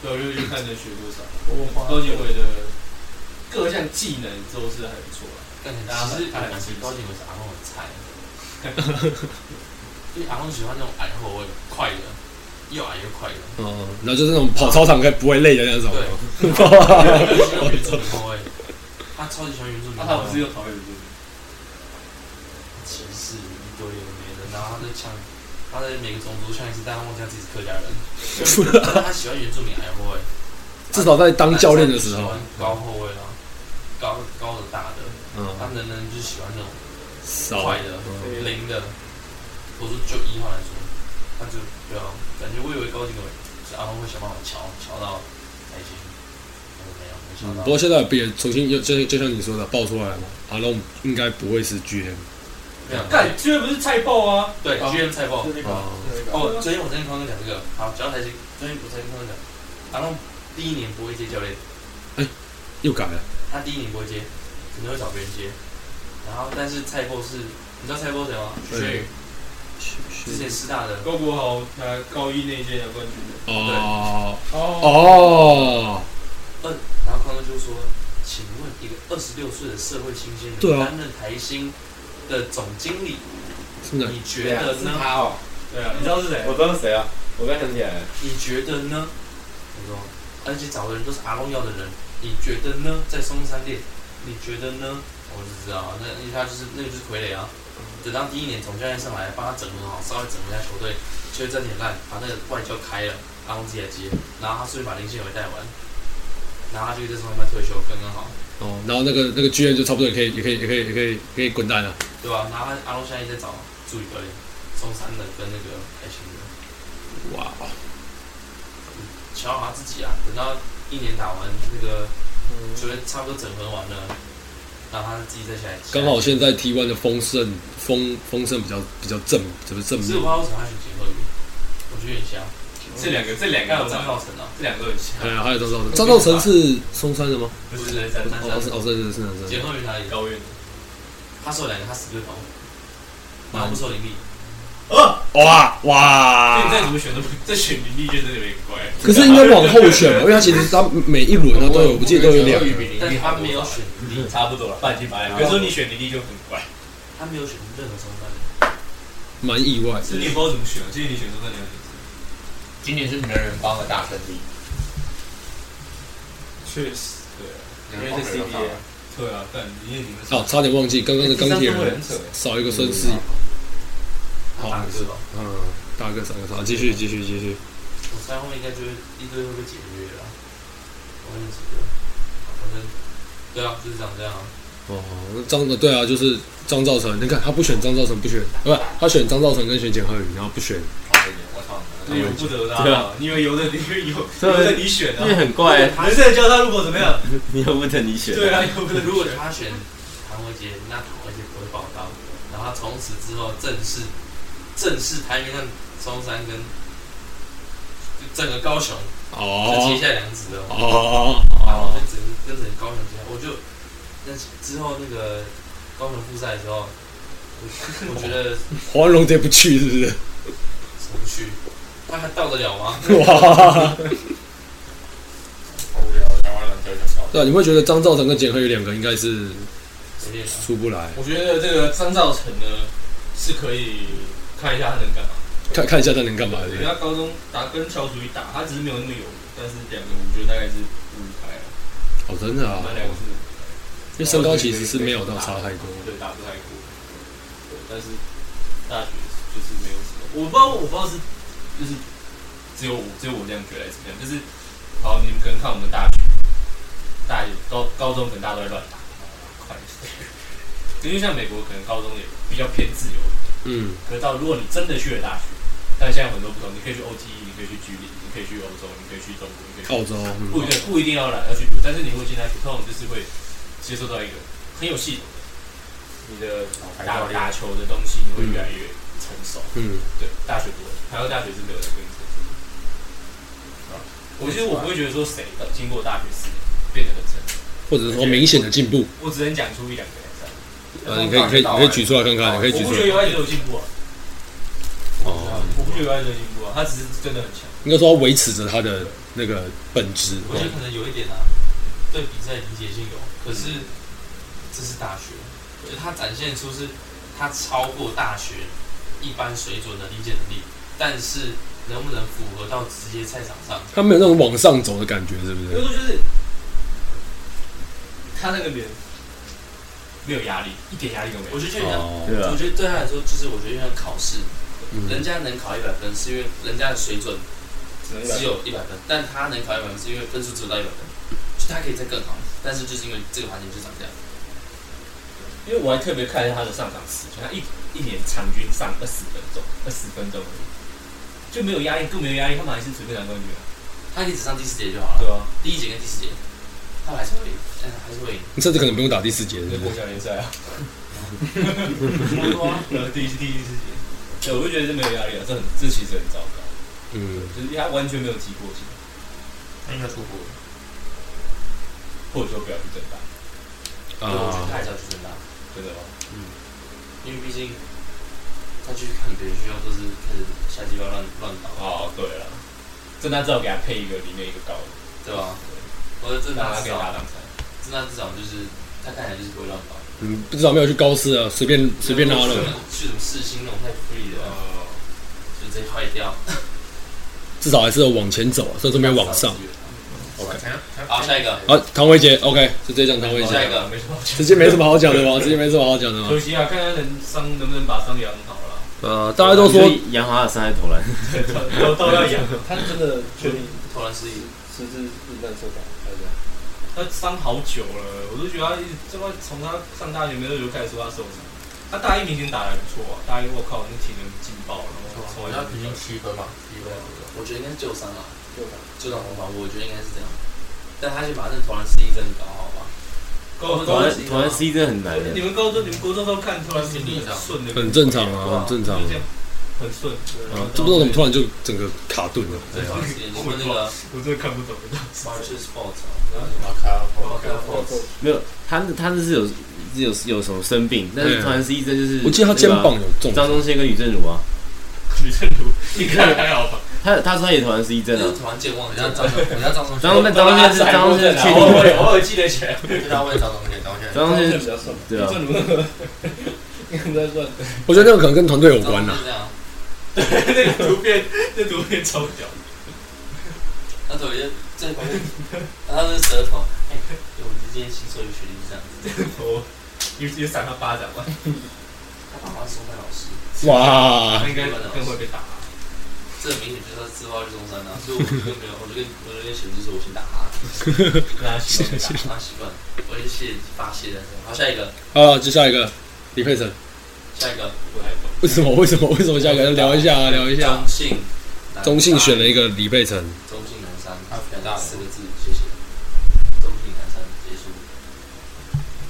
Speaker 4: 对，我就就看能学多少。
Speaker 10: 霍
Speaker 4: 高景伟的各项技能都是还不错啊啦，
Speaker 2: 但是大家
Speaker 4: 其实
Speaker 2: 看其实高景伟是矮后很菜， 因为阿后喜欢那种矮后卫，快的，又矮又快的。
Speaker 1: 嗯，然后就是那种跑操场该不会累的那种。
Speaker 2: 对，他喜欢原住民后卫，啊他超级喜欢原住民
Speaker 4: 那啊他
Speaker 2: 后
Speaker 4: 不是
Speaker 2: 卫，
Speaker 4: 又讨厌就是
Speaker 2: 歧视一堆有的没的，然后他在呛，他在每个种族呛一次，但他忘记他自己是客 家人。但他喜欢原住民矮后卫，
Speaker 1: 至少在当教练的时候
Speaker 2: 喜欢，高后卫啊，高高的大的，
Speaker 1: 嗯，
Speaker 2: 他能能就喜欢那种。
Speaker 1: 少
Speaker 2: 快的、零的，我说就一号来说，他就对啊，感觉我以为高景伟是阿峰会想办法瞧瞧到才行，然的没有，没想
Speaker 1: 嗯
Speaker 2: 到。
Speaker 1: 不过现在别重新又就像就像你说的爆出来嘛，阿龙应该不会是 GM
Speaker 2: 没有
Speaker 5: 干，居然不是菜爆啊！
Speaker 2: 对
Speaker 5: 哦
Speaker 2: GM 菜爆。
Speaker 10: 就那个
Speaker 1: 哦
Speaker 10: 就那个
Speaker 2: 哦，昨天我在跟康哥讲这个，好，讲到台积，昨天我在跟康哥讲，阿龙第一年不会接教练，
Speaker 1: 又改了，
Speaker 2: 他第一年不会接，肯定会找别人接。然后，但是蔡波是，你知道蔡波谁吗？
Speaker 1: 对
Speaker 2: 薛宇，之前师大的，
Speaker 4: 高国豪拿高一那一届拿冠军的，
Speaker 1: 哦
Speaker 4: 哦，
Speaker 1: 哦，
Speaker 2: 然后康哥就说：“请问一个二十六岁的社会新鲜
Speaker 1: 对
Speaker 2: 人
Speaker 1: 啊
Speaker 2: 担任台新的总经理，
Speaker 1: 是哪？
Speaker 2: 你觉
Speaker 10: 对啊
Speaker 2: 得
Speaker 10: 是
Speaker 2: 呢？
Speaker 10: 他哦，
Speaker 4: 对啊，你知道是谁？
Speaker 3: 我知道是谁啊，我刚想起来了，
Speaker 2: 你觉得呢？”我说：“而且找的人都是阿龙要的人，你觉得呢？在松山店，你觉得呢？”我就知道，那因为他就是那个就是傀儡啊。等到第一年总教练上来，帮他整合好，稍微整合一下球队，球队整体很烂，把那个外交开了，阿龙自己来接，然后他顺便把林信伟带完，然后他就在松山队退休，刚刚好。
Speaker 1: 哦，然后那个那个 GM 就差不多也可以也可以也可以也可以可以滚蛋了。
Speaker 2: 对吧、然后他阿龙现在一直在找助理教练，松山的跟那个海星的，
Speaker 1: 哇，
Speaker 2: 想要他自己啊。等到一年打完那个球队差不多整合完了，然后他自己再起来。
Speaker 1: 刚好现在 T1 的风盛风风盛比较比较正，怎么正
Speaker 2: 其
Speaker 1: 面
Speaker 2: 实我不知？道为什么他选结合语，我觉得有点像。
Speaker 4: 这两个，这两
Speaker 2: 应该
Speaker 4: 个
Speaker 2: 有
Speaker 4: 都
Speaker 2: 张
Speaker 4: 蛮，
Speaker 2: 浩成啊，
Speaker 4: 这两个都很像，
Speaker 1: 哎，还有张兆成，张兆成是松山的吗？
Speaker 4: 不
Speaker 2: 不
Speaker 4: 是
Speaker 2: 是人三
Speaker 1: 哦
Speaker 2: 三
Speaker 1: 哦是
Speaker 2: 三
Speaker 1: 哦是是是
Speaker 2: 结
Speaker 1: 是，
Speaker 2: 合语哪里？
Speaker 4: 高院的，
Speaker 2: 他是有两个，他死对头，然后不受灵力。
Speaker 4: 哦
Speaker 1: 哇
Speaker 4: 所以你再
Speaker 1: 哇！
Speaker 4: 怎么选都不，再选林立就真的有点乖。
Speaker 1: 可是应该往后选吧，因为他其实他每一轮啊他都有，我记得都有两个。
Speaker 2: 但是他没有选灵力，
Speaker 4: 嗯差不多了，半斤八两。比如说你选林立就很乖，
Speaker 2: 他没有选任何松山的。
Speaker 1: 蛮意外
Speaker 4: 是
Speaker 1: 的。
Speaker 4: 你也不知道怎么选，其实你选中那两个。
Speaker 10: 今年是名人帮的大胜利，
Speaker 4: 确实，对啊，
Speaker 10: 因为是 CBA，
Speaker 4: 对啊，但因为你们
Speaker 1: 哦，差点忘记，刚刚的钢铁
Speaker 10: 人
Speaker 1: 人
Speaker 10: 扯，
Speaker 1: 少一个孙思，
Speaker 2: 他打个吧，
Speaker 1: 嗯，大哥三个少，继续继续继续。
Speaker 2: 我猜后面应该就会一堆会被解约了。我跟你说，反正对啊，就是长 这样啊。
Speaker 1: 哦，张对啊，就是张兆成，你看他不选张兆成，不选，啊不，他选张兆成跟选简鹤宇，然后不选。
Speaker 10: 我操，
Speaker 4: 是由不得的、
Speaker 8: 对啊，
Speaker 4: 因为由得你由
Speaker 8: 对
Speaker 4: 由得你选
Speaker 8: 因为
Speaker 4: 啊。
Speaker 8: 很怪，
Speaker 4: 人生的交叉路口怎么样？
Speaker 8: 你又不等你选，
Speaker 4: 对啊，由不得
Speaker 2: 如果他选唐维杰，那唐维杰不会报道，然后他从此之后正式正式台面上松山跟就整个高雄就
Speaker 1: 哦
Speaker 2: 接下梁子了，
Speaker 1: 哦
Speaker 2: 然后
Speaker 1: 哦，
Speaker 2: 跟整个跟整个高雄接下，我就那之后那个高雄复赛的时候，我我觉得
Speaker 1: 黄龙这不去是不是？
Speaker 2: 出不去，他还到得了吗？
Speaker 1: 哇！
Speaker 10: 好无聊，台湾人就想搞。
Speaker 1: 对啊，你会觉得张兆成跟简鹤宇两个应该是
Speaker 2: 随便啊
Speaker 1: 出不来。
Speaker 4: 我觉得这个张兆成呢是可以看一下他能干嘛。
Speaker 1: 看看一下他能干嘛
Speaker 4: 因为
Speaker 1: 的。
Speaker 4: 他高中打跟小组一打，他只是没有那么有名，但是两个我觉得大概是五开啊，
Speaker 1: 哦，真的啊，
Speaker 4: 那两个是
Speaker 1: 因为身高其实是没有到差太多。
Speaker 4: 对打不太过。对，但是大学就是没有什么，我不知道，我不知道是就是只有我只有我这样觉得还是怎么样，就是好，你们可能看我们大学，大学高高中可能大家都在乱打，啊快一点， 因为像美国可能高中也比较偏自由，
Speaker 1: 嗯，
Speaker 4: 可是到如果你真的去了大学，但现在有很多不同，你可以去 OTE，你可以去居里，你可以去欧洲，你可以去中国，你可以去
Speaker 1: 澳洲，嗯
Speaker 4: 不一定不一定要来要去读，但是你会进来读，通常就是会接受到一个很有系统的你的打打球的东西，你会越来越成熟。
Speaker 1: 嗯，
Speaker 4: 对，大学不会，台湾大学是没有在跟你成熟的。是吧我其实我不会觉得说谁到经过大学四年变得很成熟，
Speaker 1: 或者是说明显的进步，
Speaker 4: 我只能讲出一两个来三个。
Speaker 1: 呃，你可以可以你可以举出来看看，你可以
Speaker 4: 我
Speaker 1: 举
Speaker 4: 不
Speaker 1: 出
Speaker 4: 觉得
Speaker 1: 来。
Speaker 4: 尤爱哲有进步啊，
Speaker 1: 哦，
Speaker 4: 我不觉得尤爱哲有进步啊，他只是真的很强。
Speaker 1: 应该说要维持着他的那个本质。哦
Speaker 2: 我觉得可能有一点啊，对比赛理解性有，可是这是大学，就他展现出是他超过大学一般水准的理解能力，但是能不能符合到职业赛场上？
Speaker 1: 他没有那种往上走的感觉，是不
Speaker 4: 有
Speaker 1: 是？
Speaker 4: 时候就是他那个人没有压力，一点压力都没
Speaker 2: 我
Speaker 4: 有。
Speaker 2: 就觉得像，
Speaker 1: 哦，
Speaker 8: 对啊
Speaker 2: 我，觉得对他来说，就是我觉得像考试，人
Speaker 1: 嗯，
Speaker 2: 家能考一百分是因为人家的水准只有一百分，但他能考一百分是因为分数只有到一百分，就他可以再更好，但是就是因为这个环境就长这样。
Speaker 4: 因为我还特别看一下他的上场时间，他一一年场均上二十分钟，二十分钟而已，就没有压力，更没有压力，他们还是随便拿冠军啊。
Speaker 2: 他可以只上第四节就好了，
Speaker 4: 对啊，
Speaker 2: 第一节跟第四节，他们还是会，嗯，还是会赢。
Speaker 1: 你甚至可能不用打第四节，对不
Speaker 10: 国
Speaker 1: 对？
Speaker 10: 小联赛啊，
Speaker 4: 呃， 第一第一次对，我就觉得这没有压力啊，这很这其实很糟糕，
Speaker 1: 嗯，
Speaker 4: 就是他完全没有急迫性，
Speaker 2: 他应该出国了，
Speaker 4: 或者说不要去正大，
Speaker 2: 对，我觉得
Speaker 1: 啊
Speaker 2: 他，还是要去正大，
Speaker 4: 真的吗？
Speaker 2: 因为毕竟他去看别的学校都是开始瞎鸡巴乱乱搞，
Speaker 4: 哦，对了，正大至少给他配一个里面一个高的，
Speaker 2: 对吧？我觉得正
Speaker 4: 让他
Speaker 2: 大至
Speaker 4: 给他
Speaker 2: 少，
Speaker 4: 当菜。
Speaker 2: 正大至少就是他看起来就是不会乱搞，
Speaker 1: 嗯，不知道没有去高四啊，随便随便拉
Speaker 2: 去
Speaker 1: 了
Speaker 2: 什，么呃去什么世新那种太 free 的，啊
Speaker 4: 哦，
Speaker 2: 就直接坏掉。
Speaker 1: 至少还是有往前走啊，甚至没有往上。OK
Speaker 2: 好，啊下一个，
Speaker 1: 好，唐维杰，OK，就直接讲唐维
Speaker 2: 下一
Speaker 1: 杰，
Speaker 2: 个，
Speaker 4: 没什么，
Speaker 1: 直接没什么好讲的嘛，直接没什么好讲
Speaker 5: 嗯
Speaker 1: 的嘛
Speaker 4: 可。惜啊，看他能伤能不能把伤养好 了，
Speaker 1: 呃，大家都说
Speaker 3: 杨华尔伤害投篮，
Speaker 4: 都都要养。
Speaker 5: 他真的确定
Speaker 2: 投篮失忆，
Speaker 5: 是是日本受伤，还是
Speaker 4: 他伤好久了，我都觉得他一直这么从他上大学没多久就开始说他受伤。他大一明显打得还不错啊，大一我靠，那体能劲爆了，然后
Speaker 10: 我
Speaker 4: 从来
Speaker 10: 要
Speaker 4: 就
Speaker 10: 平均七分嘛，七分。
Speaker 2: 我觉得应该是旧伤啊，
Speaker 5: 受伤？
Speaker 2: 旧伤红毛，我觉得应该是这样。但他先把那投篮失忆症搞好吧。
Speaker 4: 高
Speaker 3: 投
Speaker 4: 高
Speaker 3: 篮
Speaker 4: 中
Speaker 3: 投篮 C 真的很难
Speaker 4: 你
Speaker 3: 的。
Speaker 4: 们高中你们高中都看突然是你很顺的，
Speaker 1: 很正常啊，很正常
Speaker 4: 就
Speaker 1: 啊
Speaker 4: 这样，很顺。
Speaker 1: 啊，这不知道怎么突然就整个卡顿了。
Speaker 2: 对，啊也就是那个
Speaker 4: 我真的看不懂。
Speaker 2: Marches Sports，
Speaker 10: 马卡
Speaker 2: 我看 Sports，
Speaker 3: 没有，他那他那是有是有有什么生病，但
Speaker 1: 对
Speaker 3: 是
Speaker 1: 啊
Speaker 3: 突然 C 真
Speaker 8: 嗯
Speaker 3: 就是
Speaker 1: 我记得他
Speaker 8: 啊
Speaker 1: 肩膀有
Speaker 3: 对
Speaker 1: 重
Speaker 3: 吧，张宗宪跟吕正儒啊，
Speaker 4: 吕正如，你看还好吧？
Speaker 3: 他他说他也投篮 C
Speaker 2: 那
Speaker 3: 真
Speaker 2: 是
Speaker 3: 啊，
Speaker 2: 突然健忘，人家张人家张
Speaker 8: 嗯
Speaker 2: 宗
Speaker 3: 张宗宪张宗宪是张宗宪是确
Speaker 4: 偶尔
Speaker 3: 定，
Speaker 4: 偶尔记得起来。
Speaker 2: 对他问张宗宪，张宗宪，
Speaker 3: 张宗
Speaker 5: 这
Speaker 3: 宪
Speaker 5: 比较瘦，
Speaker 3: 对啊，
Speaker 4: 正如，
Speaker 5: 应该算
Speaker 1: 我觉得那个可能跟团队有关啊啦。
Speaker 2: 这样，
Speaker 4: 那个图片，那图片超屌。
Speaker 2: 他头就在旁边，他是舌头，哎，我们今天新收一个学弟是这样子，
Speaker 4: 头，有有赏他巴掌吧？
Speaker 2: 他把他送在老师，
Speaker 1: 哇
Speaker 4: 他，应该更会被打。
Speaker 2: 这明显就是他自爆去中山的，啊所以我就跟没有，我就跟我就跟写就是我先打他，
Speaker 4: 那习惯
Speaker 2: 打他习惯，我就泄发泄在这。好，下一个，
Speaker 1: 好，接下来一个李佩辰，
Speaker 2: 下一个，
Speaker 4: 不太懂。
Speaker 1: 为什么为什么为什么下一个聊一下啊聊一下啊？
Speaker 2: 中信，
Speaker 1: 中信选了一个李佩辰，
Speaker 2: 中信南山，
Speaker 10: 他比较大
Speaker 2: 四个字，谢谢。中信南山结束。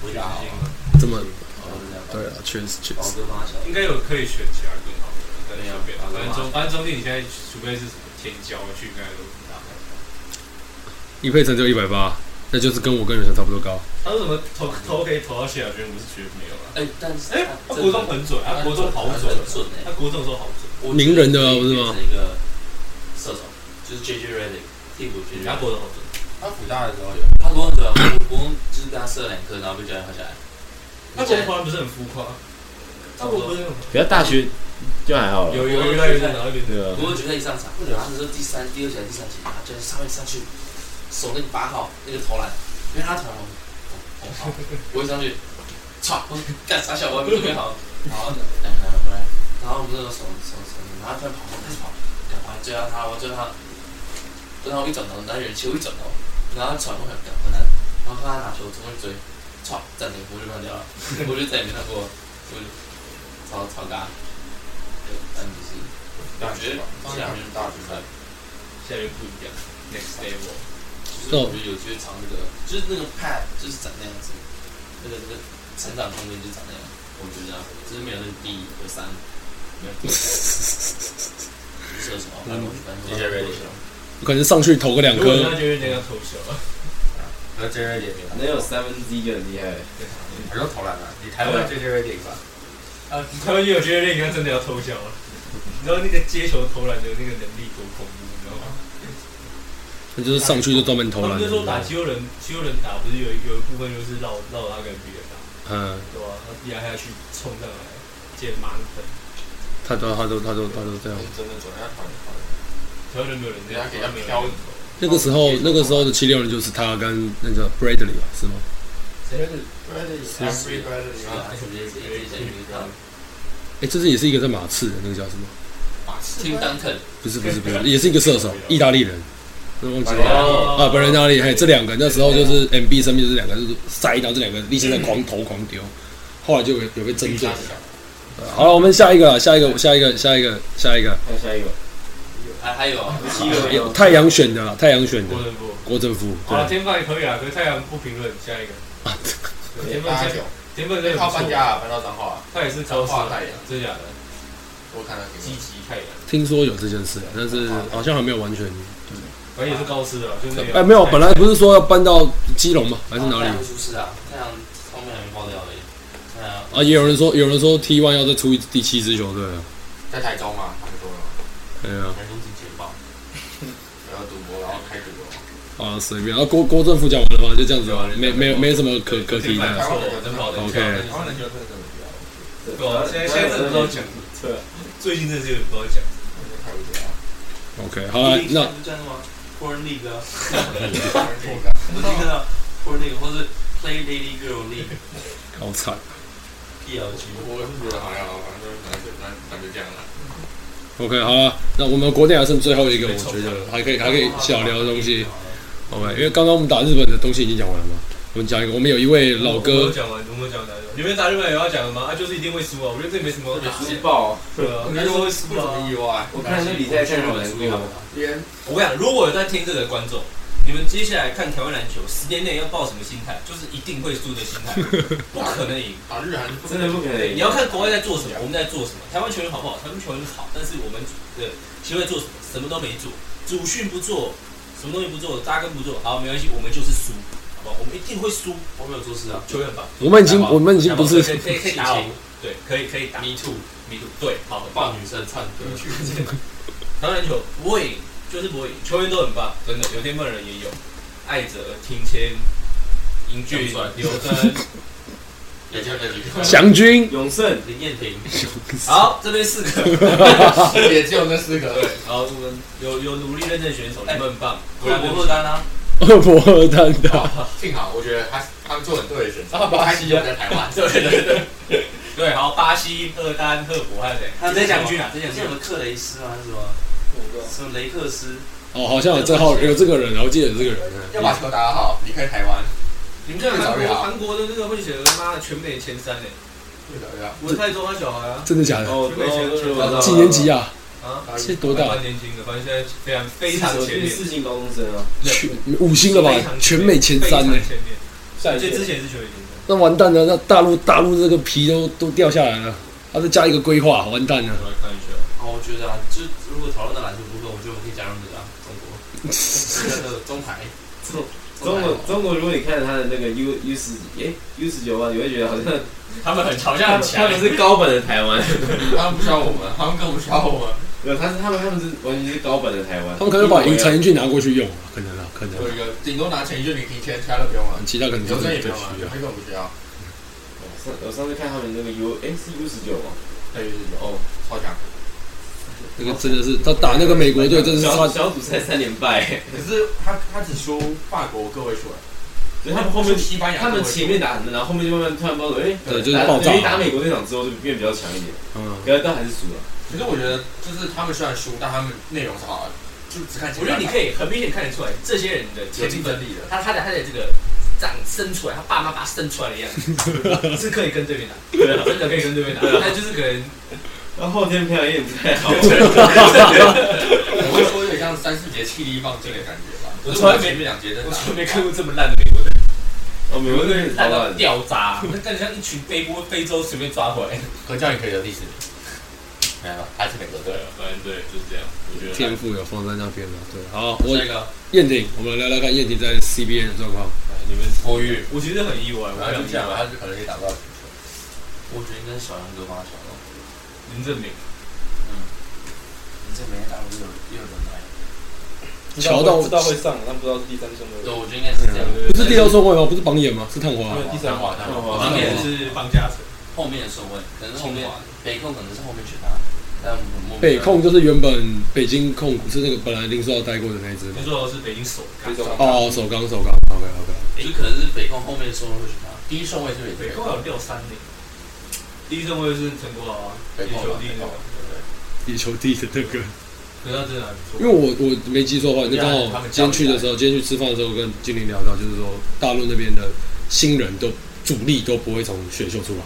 Speaker 2: 回答好，
Speaker 1: 这么
Speaker 2: 我就这样吧。
Speaker 1: 对啊，确实确
Speaker 2: 宝
Speaker 1: 实，
Speaker 2: 哥帮他想，
Speaker 4: 应该有可以选其他更好的，但是选别的。
Speaker 2: 没有
Speaker 4: 反正中反正中间你现在除非是什么天骄去，应该都不大开。
Speaker 1: 李佩辰只有一百八，那就是跟我跟人家差不多高。
Speaker 4: 他说什么投投可以投到谢小军，我是觉得没有了。
Speaker 2: 哎，但是
Speaker 4: 哎，他国中很准，他国中好准啊
Speaker 2: 很，准
Speaker 4: 他
Speaker 2: 哎，
Speaker 4: 国中的时候好准，
Speaker 2: 我
Speaker 1: 名人的啊不是吗？
Speaker 2: 一个射手，就是 JJ Redick 替补 JJ，
Speaker 4: 他国中好准。
Speaker 10: 他辅大的时候有，
Speaker 2: 他国中对啊，我国中就是跟他射了两颗，然后被教练换下来。
Speaker 4: 他国中突然不是很浮夸，他国中
Speaker 3: 可是大学就还好了，
Speaker 4: 有有有有然后变成
Speaker 3: 对啊
Speaker 2: 不，过决赛一上场，或者他是说第三、第二节、第三节，然后就是上面上去守那个八号那个投篮，因为他投篮，我好，我一上去，唰，我干傻小，我还没准备好，然后来来回来，然后我们那个手手手，然后突然跑，开始跑，赶快追到他，我追到他，追到我一转头，然后有人切我一转头，然后他传过来，赶快然后看他拿球冲过去追，唰，暂停，我就乱掉了，我就再也没看过，我就超超尬，对，但就是。
Speaker 10: 大学吧，当然是大学赛，
Speaker 4: 现在就不一样，next level。
Speaker 2: 就是我觉得有机会尝那个，就是那个 pad 就是长那样子，那个那个成长空间就长那样，我觉得啊，就是没有那个第一和三，没有第一射手，反正我反正
Speaker 10: 谢谢 Ray
Speaker 1: 可能上去投个两
Speaker 4: 如果
Speaker 1: 颗
Speaker 4: 他，就是那个投球，
Speaker 10: 那 J J 也没
Speaker 3: 能有三分之一就很厉害了。
Speaker 10: 还是投篮啊，你台湾 J J 也吧，
Speaker 4: 啊，他们有觉得那个真的要偷笑了。你知道那个接球投篮的那个能力多恐怖，你知道吗？
Speaker 1: 那就是上去就专门投
Speaker 4: 他
Speaker 1: 篮
Speaker 4: 们那时候打。肌肉人，肌肉人打不是有一有一部分就是绕绕他跟别人打，
Speaker 1: 嗯，
Speaker 4: 对吧、他压下去冲上来，接满分，
Speaker 1: 他都他都他都他都这样
Speaker 10: 是。真的准，人家投篮投篮。
Speaker 4: 只要人没有人这样，
Speaker 10: 人家给他
Speaker 4: 没有人
Speaker 10: 飘
Speaker 4: 投。
Speaker 1: 那个时候那个时候的七六人就是他跟那个 Bradley 吧是吗？
Speaker 10: Every Bradley
Speaker 2: 对啊，直接直接直接就是他
Speaker 1: 哎，这是也是一个在马刺的那个叫什么？
Speaker 2: Tim Duncan，
Speaker 1: 不是不是不是，也是一个射手，意大利人，我忘记了。
Speaker 10: 哦
Speaker 1: 啊，本人那里，嘿，这两个那时候就是 M B 身边就是两个就是塞到这两个力气在狂投狂丢，后来就有有被针嗯啊对。好了，我们下一个，下一个，下一个，下一个，下一个，
Speaker 3: 看下一个，
Speaker 4: 啊
Speaker 2: 还还有啊，
Speaker 4: 七个
Speaker 1: 有太阳选的啊，太阳选的
Speaker 4: 郭正富。
Speaker 1: 郭正富，
Speaker 4: 好了，
Speaker 1: 对，
Speaker 4: 天放也可以啊，可是太阳不评论，下一个。对
Speaker 10: 啊
Speaker 4: 天放
Speaker 3: 八
Speaker 4: 现在
Speaker 3: 九，
Speaker 4: 天放真的
Speaker 3: 他
Speaker 4: 不
Speaker 3: 搬
Speaker 4: 错，
Speaker 3: 家了，搬到彰化了，
Speaker 4: 他也是超市啊
Speaker 3: 彰化太阳
Speaker 4: 真假的，
Speaker 3: 我啊看到给
Speaker 4: 积
Speaker 3: 你。
Speaker 4: 极太阳，
Speaker 1: 听说有这件事，啊但是好像还没有完全。
Speaker 4: 反正也是高斯的啦，就是那个。
Speaker 1: 哎，没有，本来不是说要搬到基隆吗？还是哪里
Speaker 2: 太？阳会出事啊？太阳后面还没爆掉而已。太阳
Speaker 1: 啊，也有人说，有人说 T One 要再出一第七支球队了。
Speaker 3: 在台中嘛，他们说了，
Speaker 1: 哎呀，
Speaker 2: 人工金钱豹，
Speaker 3: 然后赌博，然后开赌博。
Speaker 1: 啊，随便。然后郭郭正富讲完了吗？就这样子吧，没没有没什么可可提
Speaker 4: 蛮
Speaker 1: 的。啊
Speaker 4: 不错，真好的。
Speaker 1: OK
Speaker 3: 台湾人就真的很无聊，
Speaker 4: 对啊，现在现在真的不知道讲，对啊，最近真的是有点不知道讲。
Speaker 3: 真的太无聊 了。
Speaker 1: OK，好了，那
Speaker 2: 就这样吗？Porn League 啊，
Speaker 3: 这个
Speaker 2: 我就看到 Porn League 或是 Play Lady Girl League
Speaker 1: 好惨。
Speaker 2: PLG，
Speaker 3: 我是觉得好像好像就是反正反正反正就这样了。
Speaker 1: OK，好了，那我们国内还剩最后一个，我觉得还可以还可以小聊的东西。OK，因为刚刚我们打日本的东西已经讲完了嘛，我们讲一个，我们有一位老
Speaker 4: 我没有
Speaker 1: 哥，
Speaker 4: 讲完，我没有讲完，你们打日本也要讲的吗？啊，就是一定会输啊，我觉得这没什么好讲的。
Speaker 8: 输爆！
Speaker 4: 对啊，那就会输
Speaker 3: 不怎
Speaker 4: 啊
Speaker 3: 么。意外。
Speaker 8: 我看那比赛看得好难过。
Speaker 3: 边
Speaker 4: 我跟你讲，如果有在听这个的观众，你们接下来看台湾篮球，十天内要抱什么心态？就是一定会输的心态，不可能赢。
Speaker 3: 打日韩
Speaker 8: 真的不可
Speaker 4: 对，
Speaker 8: 能。
Speaker 4: 你要看国外在做什么，我们在做什么。台湾球员好不好？台湾球员好，但是我们的协会做什么？什么都没做，主训不做，什么东西不做，扎根不做。好，没关系，我们就是输，好不好？我们一定会输。
Speaker 2: 我没有做事啊。
Speaker 4: 球员吧，
Speaker 1: 我们已经我们已经不是
Speaker 4: 可以可以可以打我，对，可以可以打。
Speaker 2: Me too，
Speaker 4: 迷路，对，好，很棒
Speaker 2: 抱。女生唱歌，
Speaker 1: 嗯
Speaker 4: 台湾篮球不会赢，就是不会赢，球员都很棒，真的，有天分的人也有，艾哲、庭谦、英俊、 刘真。
Speaker 3: 也就那几
Speaker 1: 祥军，
Speaker 8: 永胜，
Speaker 2: 林彦廷，
Speaker 4: 好，这边四个，
Speaker 3: 个， 也就那四个。
Speaker 4: 对，好，我们有有努力认真的选手，你们很棒，
Speaker 2: 布拉伯丹啊，
Speaker 1: 二伯尔丹的，
Speaker 3: 幸好我觉得他他们做很对的选
Speaker 8: 啊
Speaker 3: 择，巴西又在台湾，
Speaker 4: 对对对， 对，好，巴西、赫丹、赫伯还有谁？
Speaker 2: 他
Speaker 4: 再讲句啊，再讲
Speaker 2: 是
Speaker 4: 句
Speaker 2: 什。么克雷斯吗？还是什么？什么雷克斯？
Speaker 1: 哦，好像有这号有这个人，我记得有这个人，啊
Speaker 3: 要把球打好，离开台湾，
Speaker 4: 你们这韩
Speaker 3: 越早越
Speaker 4: 国
Speaker 3: 好
Speaker 4: 韩国的那个会选的，妈的全美前三哎，
Speaker 3: 越早越好。
Speaker 4: 我太中他小孩啊，
Speaker 1: 真的假的？
Speaker 8: 哦，哦
Speaker 1: 几年级？啊？
Speaker 4: 啊，
Speaker 1: 是多大
Speaker 4: 蛮？年轻的，反正现在非常非
Speaker 8: 非
Speaker 4: 常
Speaker 8: 常
Speaker 4: 前
Speaker 8: 前
Speaker 4: 列，
Speaker 8: 四星高中生啊，
Speaker 1: 全五星了吧？全美前三呢
Speaker 4: 非常？前列，
Speaker 8: 下
Speaker 4: 而且之前是球员前
Speaker 1: 那完蛋了，那大陆大陆这个皮都都掉下来了，他再加一个规划，完蛋了
Speaker 4: 三，。我来看一下。
Speaker 2: 哦，我觉得啊，就是如果讨论到篮球部分，我觉得我们可以加入那个啊中国，那个中台，
Speaker 8: 中国中国，如果你看他的那个 U U 十诶 U 十九啊，你会觉得好像
Speaker 4: 他们很好像很
Speaker 8: 他们
Speaker 4: 强
Speaker 8: 他，们是高本的台湾，
Speaker 3: 他们不需要我们，他们更不需要我们。
Speaker 8: 没有，他是他们他们是完全是高本的台湾。
Speaker 1: 他们可能把陈英俊拿过去用，可能啊，可能
Speaker 3: 有一个顶多拿钱就领钱，其他都不用了，
Speaker 1: 其他可能就
Speaker 3: 留
Speaker 1: 是
Speaker 3: 证也
Speaker 1: 对
Speaker 3: 不用了，
Speaker 1: 需要
Speaker 3: 那。种不需要。
Speaker 8: 我上我上次看他们那个 U 诶是 U 十九吗？
Speaker 3: 对，就是哦，超强。
Speaker 1: 那个真的是他打那个美国队，真的是
Speaker 8: 小
Speaker 1: 他
Speaker 8: 小组赛三连 败，
Speaker 3: 可是他他只输法国个位数，
Speaker 8: 所以他们后面
Speaker 3: 西班牙，
Speaker 8: 他们前面打很难，然后后面就慢慢突然爆走，哎，
Speaker 1: 对，就是
Speaker 8: 打
Speaker 1: 爆炸
Speaker 8: 因为。打美国队长之后就变比较强一点，
Speaker 1: 嗯，
Speaker 8: 可是但还是输了。
Speaker 3: 可是我觉得，就是他们虽然输，但他们内容是好的，就只看
Speaker 4: 我
Speaker 3: 前
Speaker 4: 觉得
Speaker 3: 面
Speaker 4: 你可以很明显看得出来，这些人的
Speaker 3: 有
Speaker 4: 天
Speaker 3: 竞
Speaker 4: 分
Speaker 3: 争力的。
Speaker 4: 他他的他的这个长生出来，他爸妈把他生出来 的样子，是可以跟对面打，真的可以跟对啊面打，但就是可能
Speaker 8: 然后后天培养有点不太好，
Speaker 3: 我会说有点像三四节气力放进的感觉吧。
Speaker 4: 我从来没
Speaker 3: 前面两节在
Speaker 4: 我
Speaker 3: 打，
Speaker 4: 从来没看过这么烂的美国队，
Speaker 8: 哦，美国队
Speaker 4: 烂
Speaker 8: 超
Speaker 4: 到
Speaker 8: 烂的，
Speaker 4: 掉 渣，那感觉像一群背锅非洲随便抓回来。
Speaker 3: 何教练可以得第 四名，没有，还是美国队了。
Speaker 4: 反正对，就是这样。我觉
Speaker 1: 天赋有放在那边了。对，好，
Speaker 2: 下
Speaker 1: 我
Speaker 2: 一个
Speaker 1: 燕婷，我们来聊聊看燕婷在 CBA 的状况。
Speaker 4: 你们，
Speaker 3: 郭玉，
Speaker 4: 我其实很意外，我
Speaker 3: 然后
Speaker 4: 想
Speaker 3: 就讲
Speaker 4: 讲
Speaker 3: 了，他就可能也打不到。
Speaker 2: 我觉得应该是小杨哥吧，小杨。
Speaker 4: 林正明，
Speaker 2: 你这每天打陆又有又有人
Speaker 4: 啊
Speaker 2: 来，
Speaker 1: 乔到
Speaker 11: 知道会上，但不知道是第三顺
Speaker 2: 对，
Speaker 11: 位。
Speaker 2: 我觉得应该是这
Speaker 3: 嗯
Speaker 2: 样。
Speaker 1: 不是第二顺位吗？不是榜眼吗？是啊探花
Speaker 4: 哦
Speaker 11: 没。有第三
Speaker 4: 啊
Speaker 3: 华，
Speaker 8: 看我
Speaker 2: 今年
Speaker 4: 是方嘉诚，
Speaker 2: 后面的顺位，可能是后面
Speaker 4: 清华
Speaker 2: 北控可能是后面选他，但我们莫名
Speaker 1: 北控就是原本北京控股是那个本来林书豪待过的那一 支吗
Speaker 4: 听说是北京首钢，
Speaker 1: 哦，首钢首钢，OK OK。
Speaker 2: 就可能是北控后面的顺位会选他。
Speaker 3: 第一顺位是美
Speaker 4: 北高有六三零，第一顺位是陈国豪啊，
Speaker 3: 北
Speaker 4: 野
Speaker 3: 控
Speaker 4: 球第一个，
Speaker 1: 野球地的那个，
Speaker 4: 可是他真的还不
Speaker 1: 因为
Speaker 4: 错。
Speaker 1: 我我没记错的话，你刚好今天去的时候，今天去吃饭的时候跟经理聊到，就是说大陆那边的新人都主力都不会从选秀出来，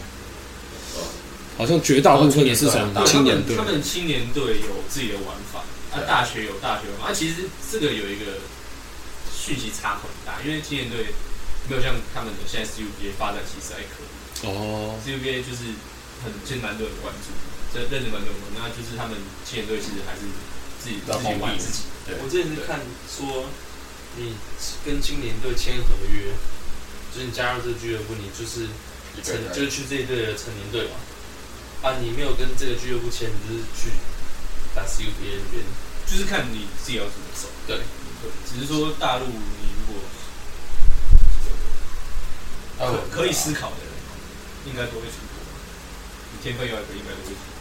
Speaker 1: 好像绝大部分的是从
Speaker 4: 对
Speaker 1: 青年队
Speaker 4: 他。们他们青年队有自己的玩法，啊，大学有大学嘛，啊，其实这个有一个续集差很大，因为青年队没有像他们的现在 CUBA 发展其实还可以
Speaker 1: 哦，
Speaker 4: ，CUBA 就是很现在蛮多人关注，这认真蛮多人关注，那就是他们青年队其实还是自己自己玩自己，
Speaker 2: 我之前是看说，你跟青年队签合约，就是你加入这个俱乐部，你就是成就是去这一队的成年队嘛。啊，你没有跟这个俱乐部签，你就是去打 CUBA 那边。
Speaker 4: 就是看你自己要怎么走。
Speaker 2: 对
Speaker 4: 对，只是说大陆你如果
Speaker 2: 啊
Speaker 4: 可可以思考的人，应该都会出国。你天分要有个，应该都会出国。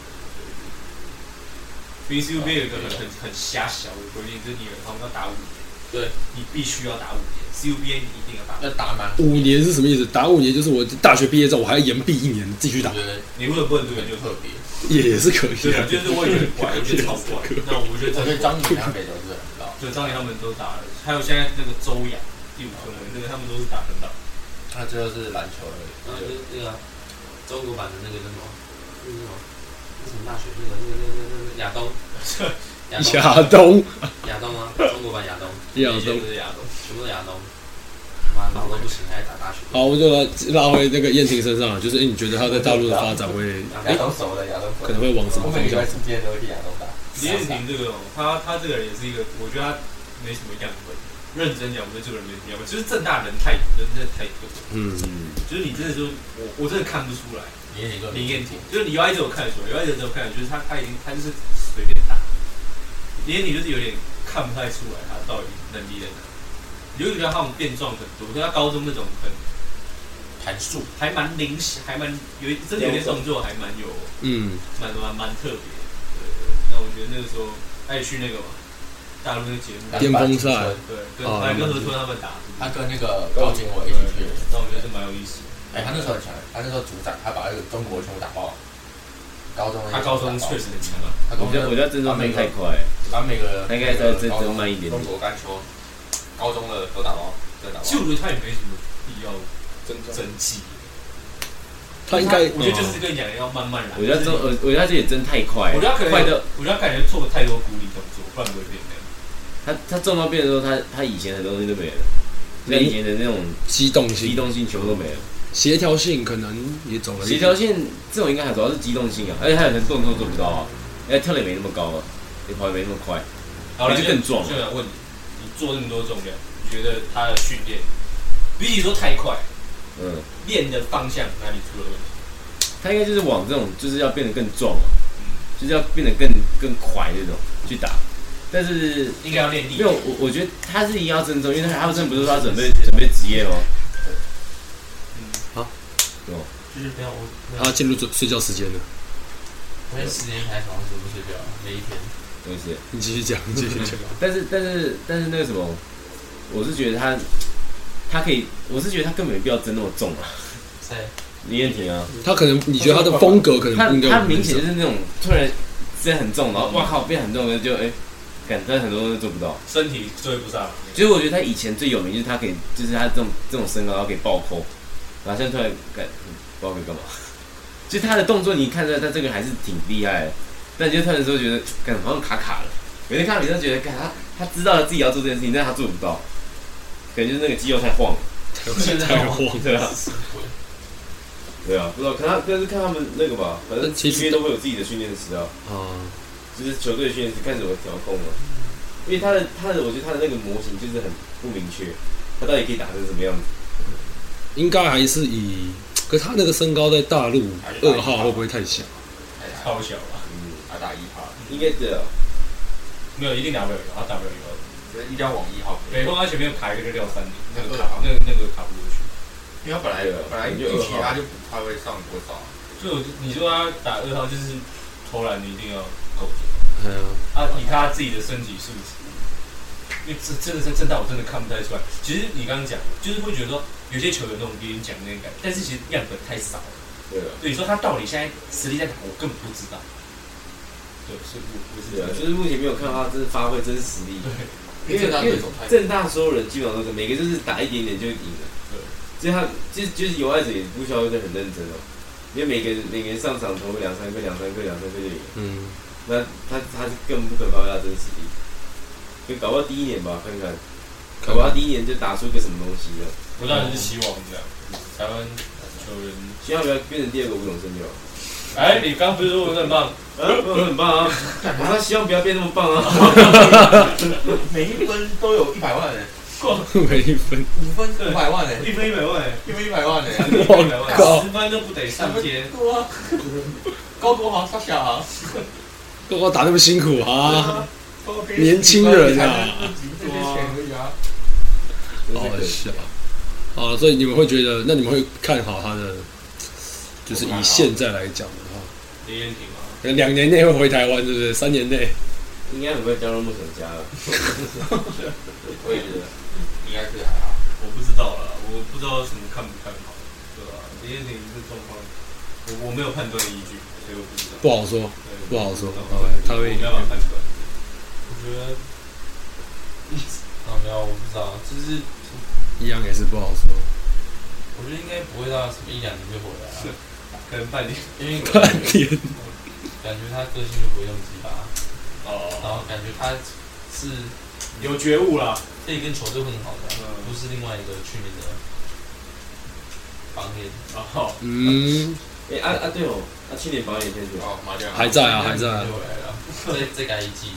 Speaker 4: B C U
Speaker 2: 啊
Speaker 4: B 有一个很很很狭小的规定，就是你好像要打五年，
Speaker 2: 对，
Speaker 4: 你必须要打五年。C U B A 你一定要打五年，
Speaker 10: 要打满，
Speaker 1: 五年是什么意思？打五年就是我大学毕业之后，我还要延毕一年继续
Speaker 10: 我
Speaker 1: 打，
Speaker 10: 觉得
Speaker 4: 你不能不能这
Speaker 10: 这
Speaker 4: 个
Speaker 10: 个
Speaker 4: 就
Speaker 10: 就是特别。
Speaker 1: 也也是可以
Speaker 4: 对
Speaker 1: 的。
Speaker 4: 啊，就是我也觉得怪，我觉得超怪。那我觉得
Speaker 10: 我觉
Speaker 4: 这
Speaker 10: 得张宇他北都是很高，
Speaker 4: 就张宇他们都打了，还有现在那个周洋第五顺位，那个他们都是打分到。
Speaker 10: 那这就是篮球
Speaker 2: 然
Speaker 10: 而
Speaker 2: 后就
Speaker 10: 已。
Speaker 2: 是那个啊中国版的那个叫什么，那个什么，那什么大学那个那个那个那个那个亚东， 亚东
Speaker 1: 亚东，
Speaker 2: 亚东吗？中国版亚东，
Speaker 1: 亚
Speaker 4: 以前
Speaker 1: 东。
Speaker 4: 就是亚东。
Speaker 2: 全部都亚东。妈老都不行，还打大学。
Speaker 1: 好，我就拉回那个燕婷身上，就是、欸、你觉得她在大陆的发展会
Speaker 2: 亚
Speaker 10: 亚东
Speaker 2: 东，
Speaker 10: 熟的亚东熟
Speaker 1: 可能会往什
Speaker 10: 我
Speaker 1: 么
Speaker 10: 每个礼拜？
Speaker 1: 方向
Speaker 10: 出街都会去亚东打。
Speaker 4: 李彦廷这个、哦，他他这个人也是一个，我觉得他没什么样本。认真讲，我觉得这个人没什么样本，就是正大人太人真的太多了，
Speaker 1: 嗯，
Speaker 4: 就是你真的说，我我真的看不出来
Speaker 10: 你也
Speaker 4: 林彦廷，就是你有一直有看得出来，有一直有看得出来，就是他他已经他就是随便打，李彦廷就是有点看不太出来他到底能力在哪，你就觉得他们变壮很多，跟他高中那种很
Speaker 10: 弹数，
Speaker 4: 还蛮灵，还蛮有一真的有些动作还蛮有
Speaker 1: 嗯，
Speaker 4: 蛮蛮蛮特别的，对，那我觉得那个时候爱去那个嘛，大陆那个节目。
Speaker 8: 啊
Speaker 1: 巅峰赛
Speaker 4: 对，跟
Speaker 8: 哦
Speaker 1: 啊
Speaker 4: 白哥和春他们打，
Speaker 10: 他跟那个高景我一起去。
Speaker 4: 那我觉得是蛮有意思的。
Speaker 10: 哎，他那时候很强，他那时候组长，他把那个中国全部打爆。高中
Speaker 4: 他高中确实很强啊，
Speaker 10: 他
Speaker 8: 我
Speaker 10: 高
Speaker 8: 觉得我
Speaker 10: 中
Speaker 8: 觉得郑州没太快，
Speaker 10: 把每个
Speaker 8: 他应该再再增慢一点
Speaker 12: 中
Speaker 8: 点。
Speaker 12: 国干球，高中的都打包，都打包。
Speaker 4: 其实我觉得他也没什么必要
Speaker 12: 真中
Speaker 4: 争气，
Speaker 1: 她应该，哦
Speaker 4: 我觉得就是跟你讲的要慢慢来。
Speaker 8: 我觉得
Speaker 4: 就
Speaker 8: 这
Speaker 4: 是
Speaker 8: 我我觉得这也真太快
Speaker 4: 我觉得
Speaker 8: 了，
Speaker 4: 他可能
Speaker 8: 快的，
Speaker 4: 我觉得他可能做了太多孤立动作，不然不会变那样。
Speaker 8: 他他撞到边的时候，他他以前的东西都没了，那以前的那种
Speaker 1: 机动
Speaker 8: 机
Speaker 1: 性、
Speaker 8: 动性全部都没了。
Speaker 1: 协调性可能也走了一
Speaker 8: 协调性这种应该还主要是机动性啊，而且他有些动作做不到啊，而且跳的也没那么高啊，也跑得没那么快。
Speaker 4: 好了，
Speaker 8: 你就更壮了
Speaker 4: 就想问你，你做那么多重量，你觉得他的训练，比起说太快，
Speaker 8: 嗯，
Speaker 4: 练的方向哪里出了问题？
Speaker 8: 他应该就是往这种就是要变得更壮啊，就是要变得更更快这种去打。但是
Speaker 4: 应该要练力
Speaker 8: 因为。我我觉得他是一定要郑重，因为他他们真的不是说他准备准备职业吗？哦
Speaker 2: 就是没有我，没有
Speaker 1: 她进入睡睡觉时间了。
Speaker 2: 我那十年才床上不睡觉，每一天。
Speaker 8: 东西。
Speaker 1: 你继续讲，
Speaker 8: 嗯
Speaker 1: 你继续讲。
Speaker 8: 但是但是但是那个什么，我是觉得他他可以，我是觉得他根本没必要争那么重啊。
Speaker 2: 谁？
Speaker 8: 李彦廷啊，
Speaker 1: 她可能你觉得她的风格可
Speaker 8: 他
Speaker 1: 嗯能不应该
Speaker 8: 他
Speaker 1: 往那
Speaker 8: 明显
Speaker 1: 走
Speaker 8: 就是那种突然之间很重，然后哇靠变很重的就哎，感、但很多人做不到。
Speaker 4: 身体追不上，
Speaker 8: 其实我觉得他以前最有名就是他可以，就是他这种这种身高，然后可以暴扣，然后现在突然干嗯不知道可以干嘛。 就他的动作，你看出来他这个还是挺厉害的，但你就突然说觉得干好像卡卡了。每天看到比赛觉得干他他知道自己要做这件事情，但他做不到，可能就是那个肌肉太晃了，
Speaker 2: 现在
Speaker 1: 太
Speaker 2: 我
Speaker 1: 慌。
Speaker 8: 对啊，对啊，不知道，可他但是看他们那个吧，反正
Speaker 1: 但其实
Speaker 8: 因为都会有自己的训练师啊。
Speaker 1: 啊，
Speaker 8: 就是球队训练是看怎么调控了、因为他的他的，我觉得他的那个模型就是很不明确，他到底可以打成什么样子？
Speaker 1: 应该还是以，可她那个身高在大陆二号会不会太小？
Speaker 3: 哎
Speaker 4: 超小啊，
Speaker 8: 嗯，
Speaker 12: 还打一号，
Speaker 8: 应该对啊，
Speaker 4: 没有一定打不了一号，他打不了一号。
Speaker 12: 所以一定要往一号
Speaker 4: 北
Speaker 12: 配。
Speaker 4: 风他前面排一个就掉三零，那个
Speaker 12: 对
Speaker 4: 卡那个那个卡不过去。
Speaker 12: 因为他本来本来预期他就不太会上多少，
Speaker 4: 所以我就你说他打二号就是投篮，你一定要够准
Speaker 1: 哎呀，
Speaker 4: 啊！以他自己的身体素质，因为这真的是正大，我真的看不太出来。其实你刚刚讲，就是会觉得说有些球员那种别人讲那个感觉，但是其实样本太少了。
Speaker 8: 对啊，
Speaker 4: 对，你说他到底现在实力在哪，我根本不知道。对，所以我我是
Speaker 8: 对
Speaker 4: 这
Speaker 8: 啊，
Speaker 4: 样。
Speaker 8: 就是目前没有看到他真的发挥真实力，
Speaker 10: 因为他对手太
Speaker 8: 正大所有人基本上都是每个就是打一点点就赢了，
Speaker 4: 对，
Speaker 8: 所以他就就是有爱者也不需要真的很认真哦，因为每个人每个人上场投个两三个两三个两三个就赢了，
Speaker 1: 嗯，
Speaker 8: 那他他是更不可能发挥他真实力，就搞不好第一年吧，看看，搞不好第一年就打出个什么东西的，
Speaker 4: 我当然是希望这样。台湾篮球人，
Speaker 8: 希望不要变成第二个吴永胜就好。
Speaker 4: 哎，你刚不是说我很棒？
Speaker 8: 啊，我很棒啊！我说希望不要变那么棒啊！
Speaker 3: 每一分都有一百万哎，
Speaker 1: 每一分，
Speaker 3: 五分五百万哎，
Speaker 4: 一分一百万，
Speaker 3: 一分一百万哎，
Speaker 1: 我靠，
Speaker 4: 十分都不得上天。
Speaker 3: 多啊，高国豪、他小豪，
Speaker 1: 跟我打那么辛苦 啊，
Speaker 3: OK，
Speaker 1: 年轻人啊
Speaker 3: 才能赢这些钱而已啊，
Speaker 1: 好好笑。啊好，所以你们会觉得，那你们会看好他的，就是以现在来讲的话，
Speaker 4: 李彦廷嘛，
Speaker 1: 可能两年内会回台湾，对不对？三年内，
Speaker 8: 应该很快加入梦想家了，
Speaker 3: 我也觉得应该是还好。
Speaker 4: 我不知道了，我不知道什么看不看好，对吧？李彦廷这状况，我我没有判断依据，所以我不知道。
Speaker 1: 不好说，
Speaker 4: 对
Speaker 1: 不好说
Speaker 4: 我。
Speaker 1: 好他会
Speaker 4: 我没办法判断。
Speaker 2: 我觉得，啊没有，我不知道，就是
Speaker 1: 一样也是不好说。
Speaker 2: 我觉得应该不会到什么一两年就回来啊，
Speaker 4: 可能半年
Speaker 2: 因为
Speaker 1: 半年，
Speaker 2: 感觉他个性就不会那么激发，然
Speaker 4: 哦，
Speaker 2: 后感觉他是
Speaker 4: 有觉悟啦。
Speaker 2: 可以跟球队混很好的啊，
Speaker 4: 嗯
Speaker 2: 不是另外一个去年的防野。
Speaker 4: 哦，
Speaker 1: 嗯，
Speaker 8: 哎啊啊对哦，啊去年保险签去了，
Speaker 3: 哦，麻将
Speaker 1: 还在啊，还在啊
Speaker 2: 又，回来了，再再改一季，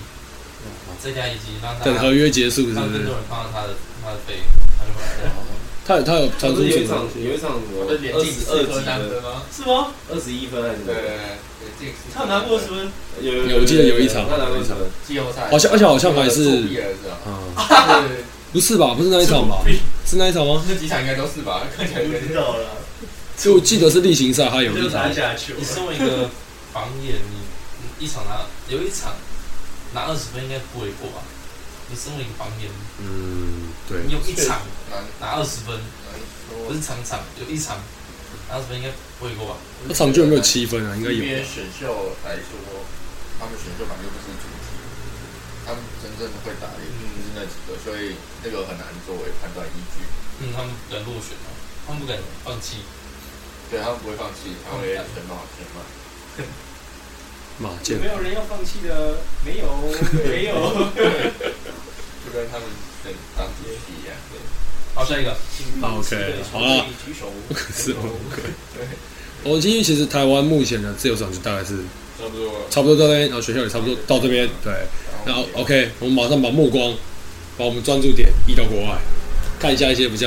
Speaker 2: 再改一季，让他
Speaker 1: 等合约结束是
Speaker 2: 让
Speaker 1: 不
Speaker 2: 更
Speaker 1: 是
Speaker 2: 多？人看到他的他的背，他就回来了。
Speaker 1: 他他有传
Speaker 8: 不
Speaker 1: 出
Speaker 8: 是有
Speaker 1: 去
Speaker 8: 一场
Speaker 1: 吗？
Speaker 8: 有一场什么
Speaker 3: 我的脸
Speaker 8: 二
Speaker 3: 进
Speaker 8: 十
Speaker 3: 十
Speaker 8: 二
Speaker 3: 颗
Speaker 8: 级
Speaker 3: 难
Speaker 8: 的
Speaker 3: 得吗？
Speaker 4: 是吗？
Speaker 8: 二十一分还是什
Speaker 3: 对，
Speaker 8: 么？
Speaker 3: 脸进十
Speaker 4: 他有拿过什么？
Speaker 8: 有有
Speaker 1: 有我记得有一场
Speaker 8: 他拿过
Speaker 1: 有一场
Speaker 8: 什么
Speaker 3: 季后赛，
Speaker 1: 好像而且好像还是
Speaker 3: 作弊儿 子啊
Speaker 1: 啊，
Speaker 3: 对
Speaker 1: 不是吧？不是那一场吧？ 是那一场吗？
Speaker 3: 那几场应该都是吧？看起来有点
Speaker 4: 道了，
Speaker 1: 就我记得是例行赛，他有 一
Speaker 4: 就
Speaker 1: 场
Speaker 4: 拿。下球
Speaker 2: 你。身为一个防野，你你一场拿有一场拿二十分应该不为过吧？你身为一个防野，
Speaker 1: 嗯，对，
Speaker 2: 你有一场
Speaker 3: 难
Speaker 2: 拿二十分，
Speaker 3: 难
Speaker 2: 不
Speaker 3: 说。
Speaker 2: 是场场有一场拿二十分应该不为过吧？
Speaker 1: 那场均有没有七分啊？应该
Speaker 3: 这
Speaker 1: 有
Speaker 3: 边。选秀来说，他们选秀本来就不是主题，他们真正会打的也
Speaker 1: 嗯
Speaker 3: 就是那几个，所以那个很难作为判断依据。
Speaker 2: 嗯，他们不敢落选啊，他们不敢放弃。
Speaker 3: 对他们不会放弃，他们会全貌全貌。
Speaker 1: 马健
Speaker 4: 没有人要放弃的，没有，没有。
Speaker 3: 就跟他们选当主题一样。对，
Speaker 2: 好，下一个，
Speaker 1: 嗯啊，OK，好了，
Speaker 4: 举手。
Speaker 1: 是 OK。我哦因为其实台湾目前的自由场就大概是
Speaker 3: 差不多。
Speaker 1: 差不多到这边，然后学校也差不多到这边，对。然后 OK，我们马上把目光，把我们专注点移到国外，看一下一些比较。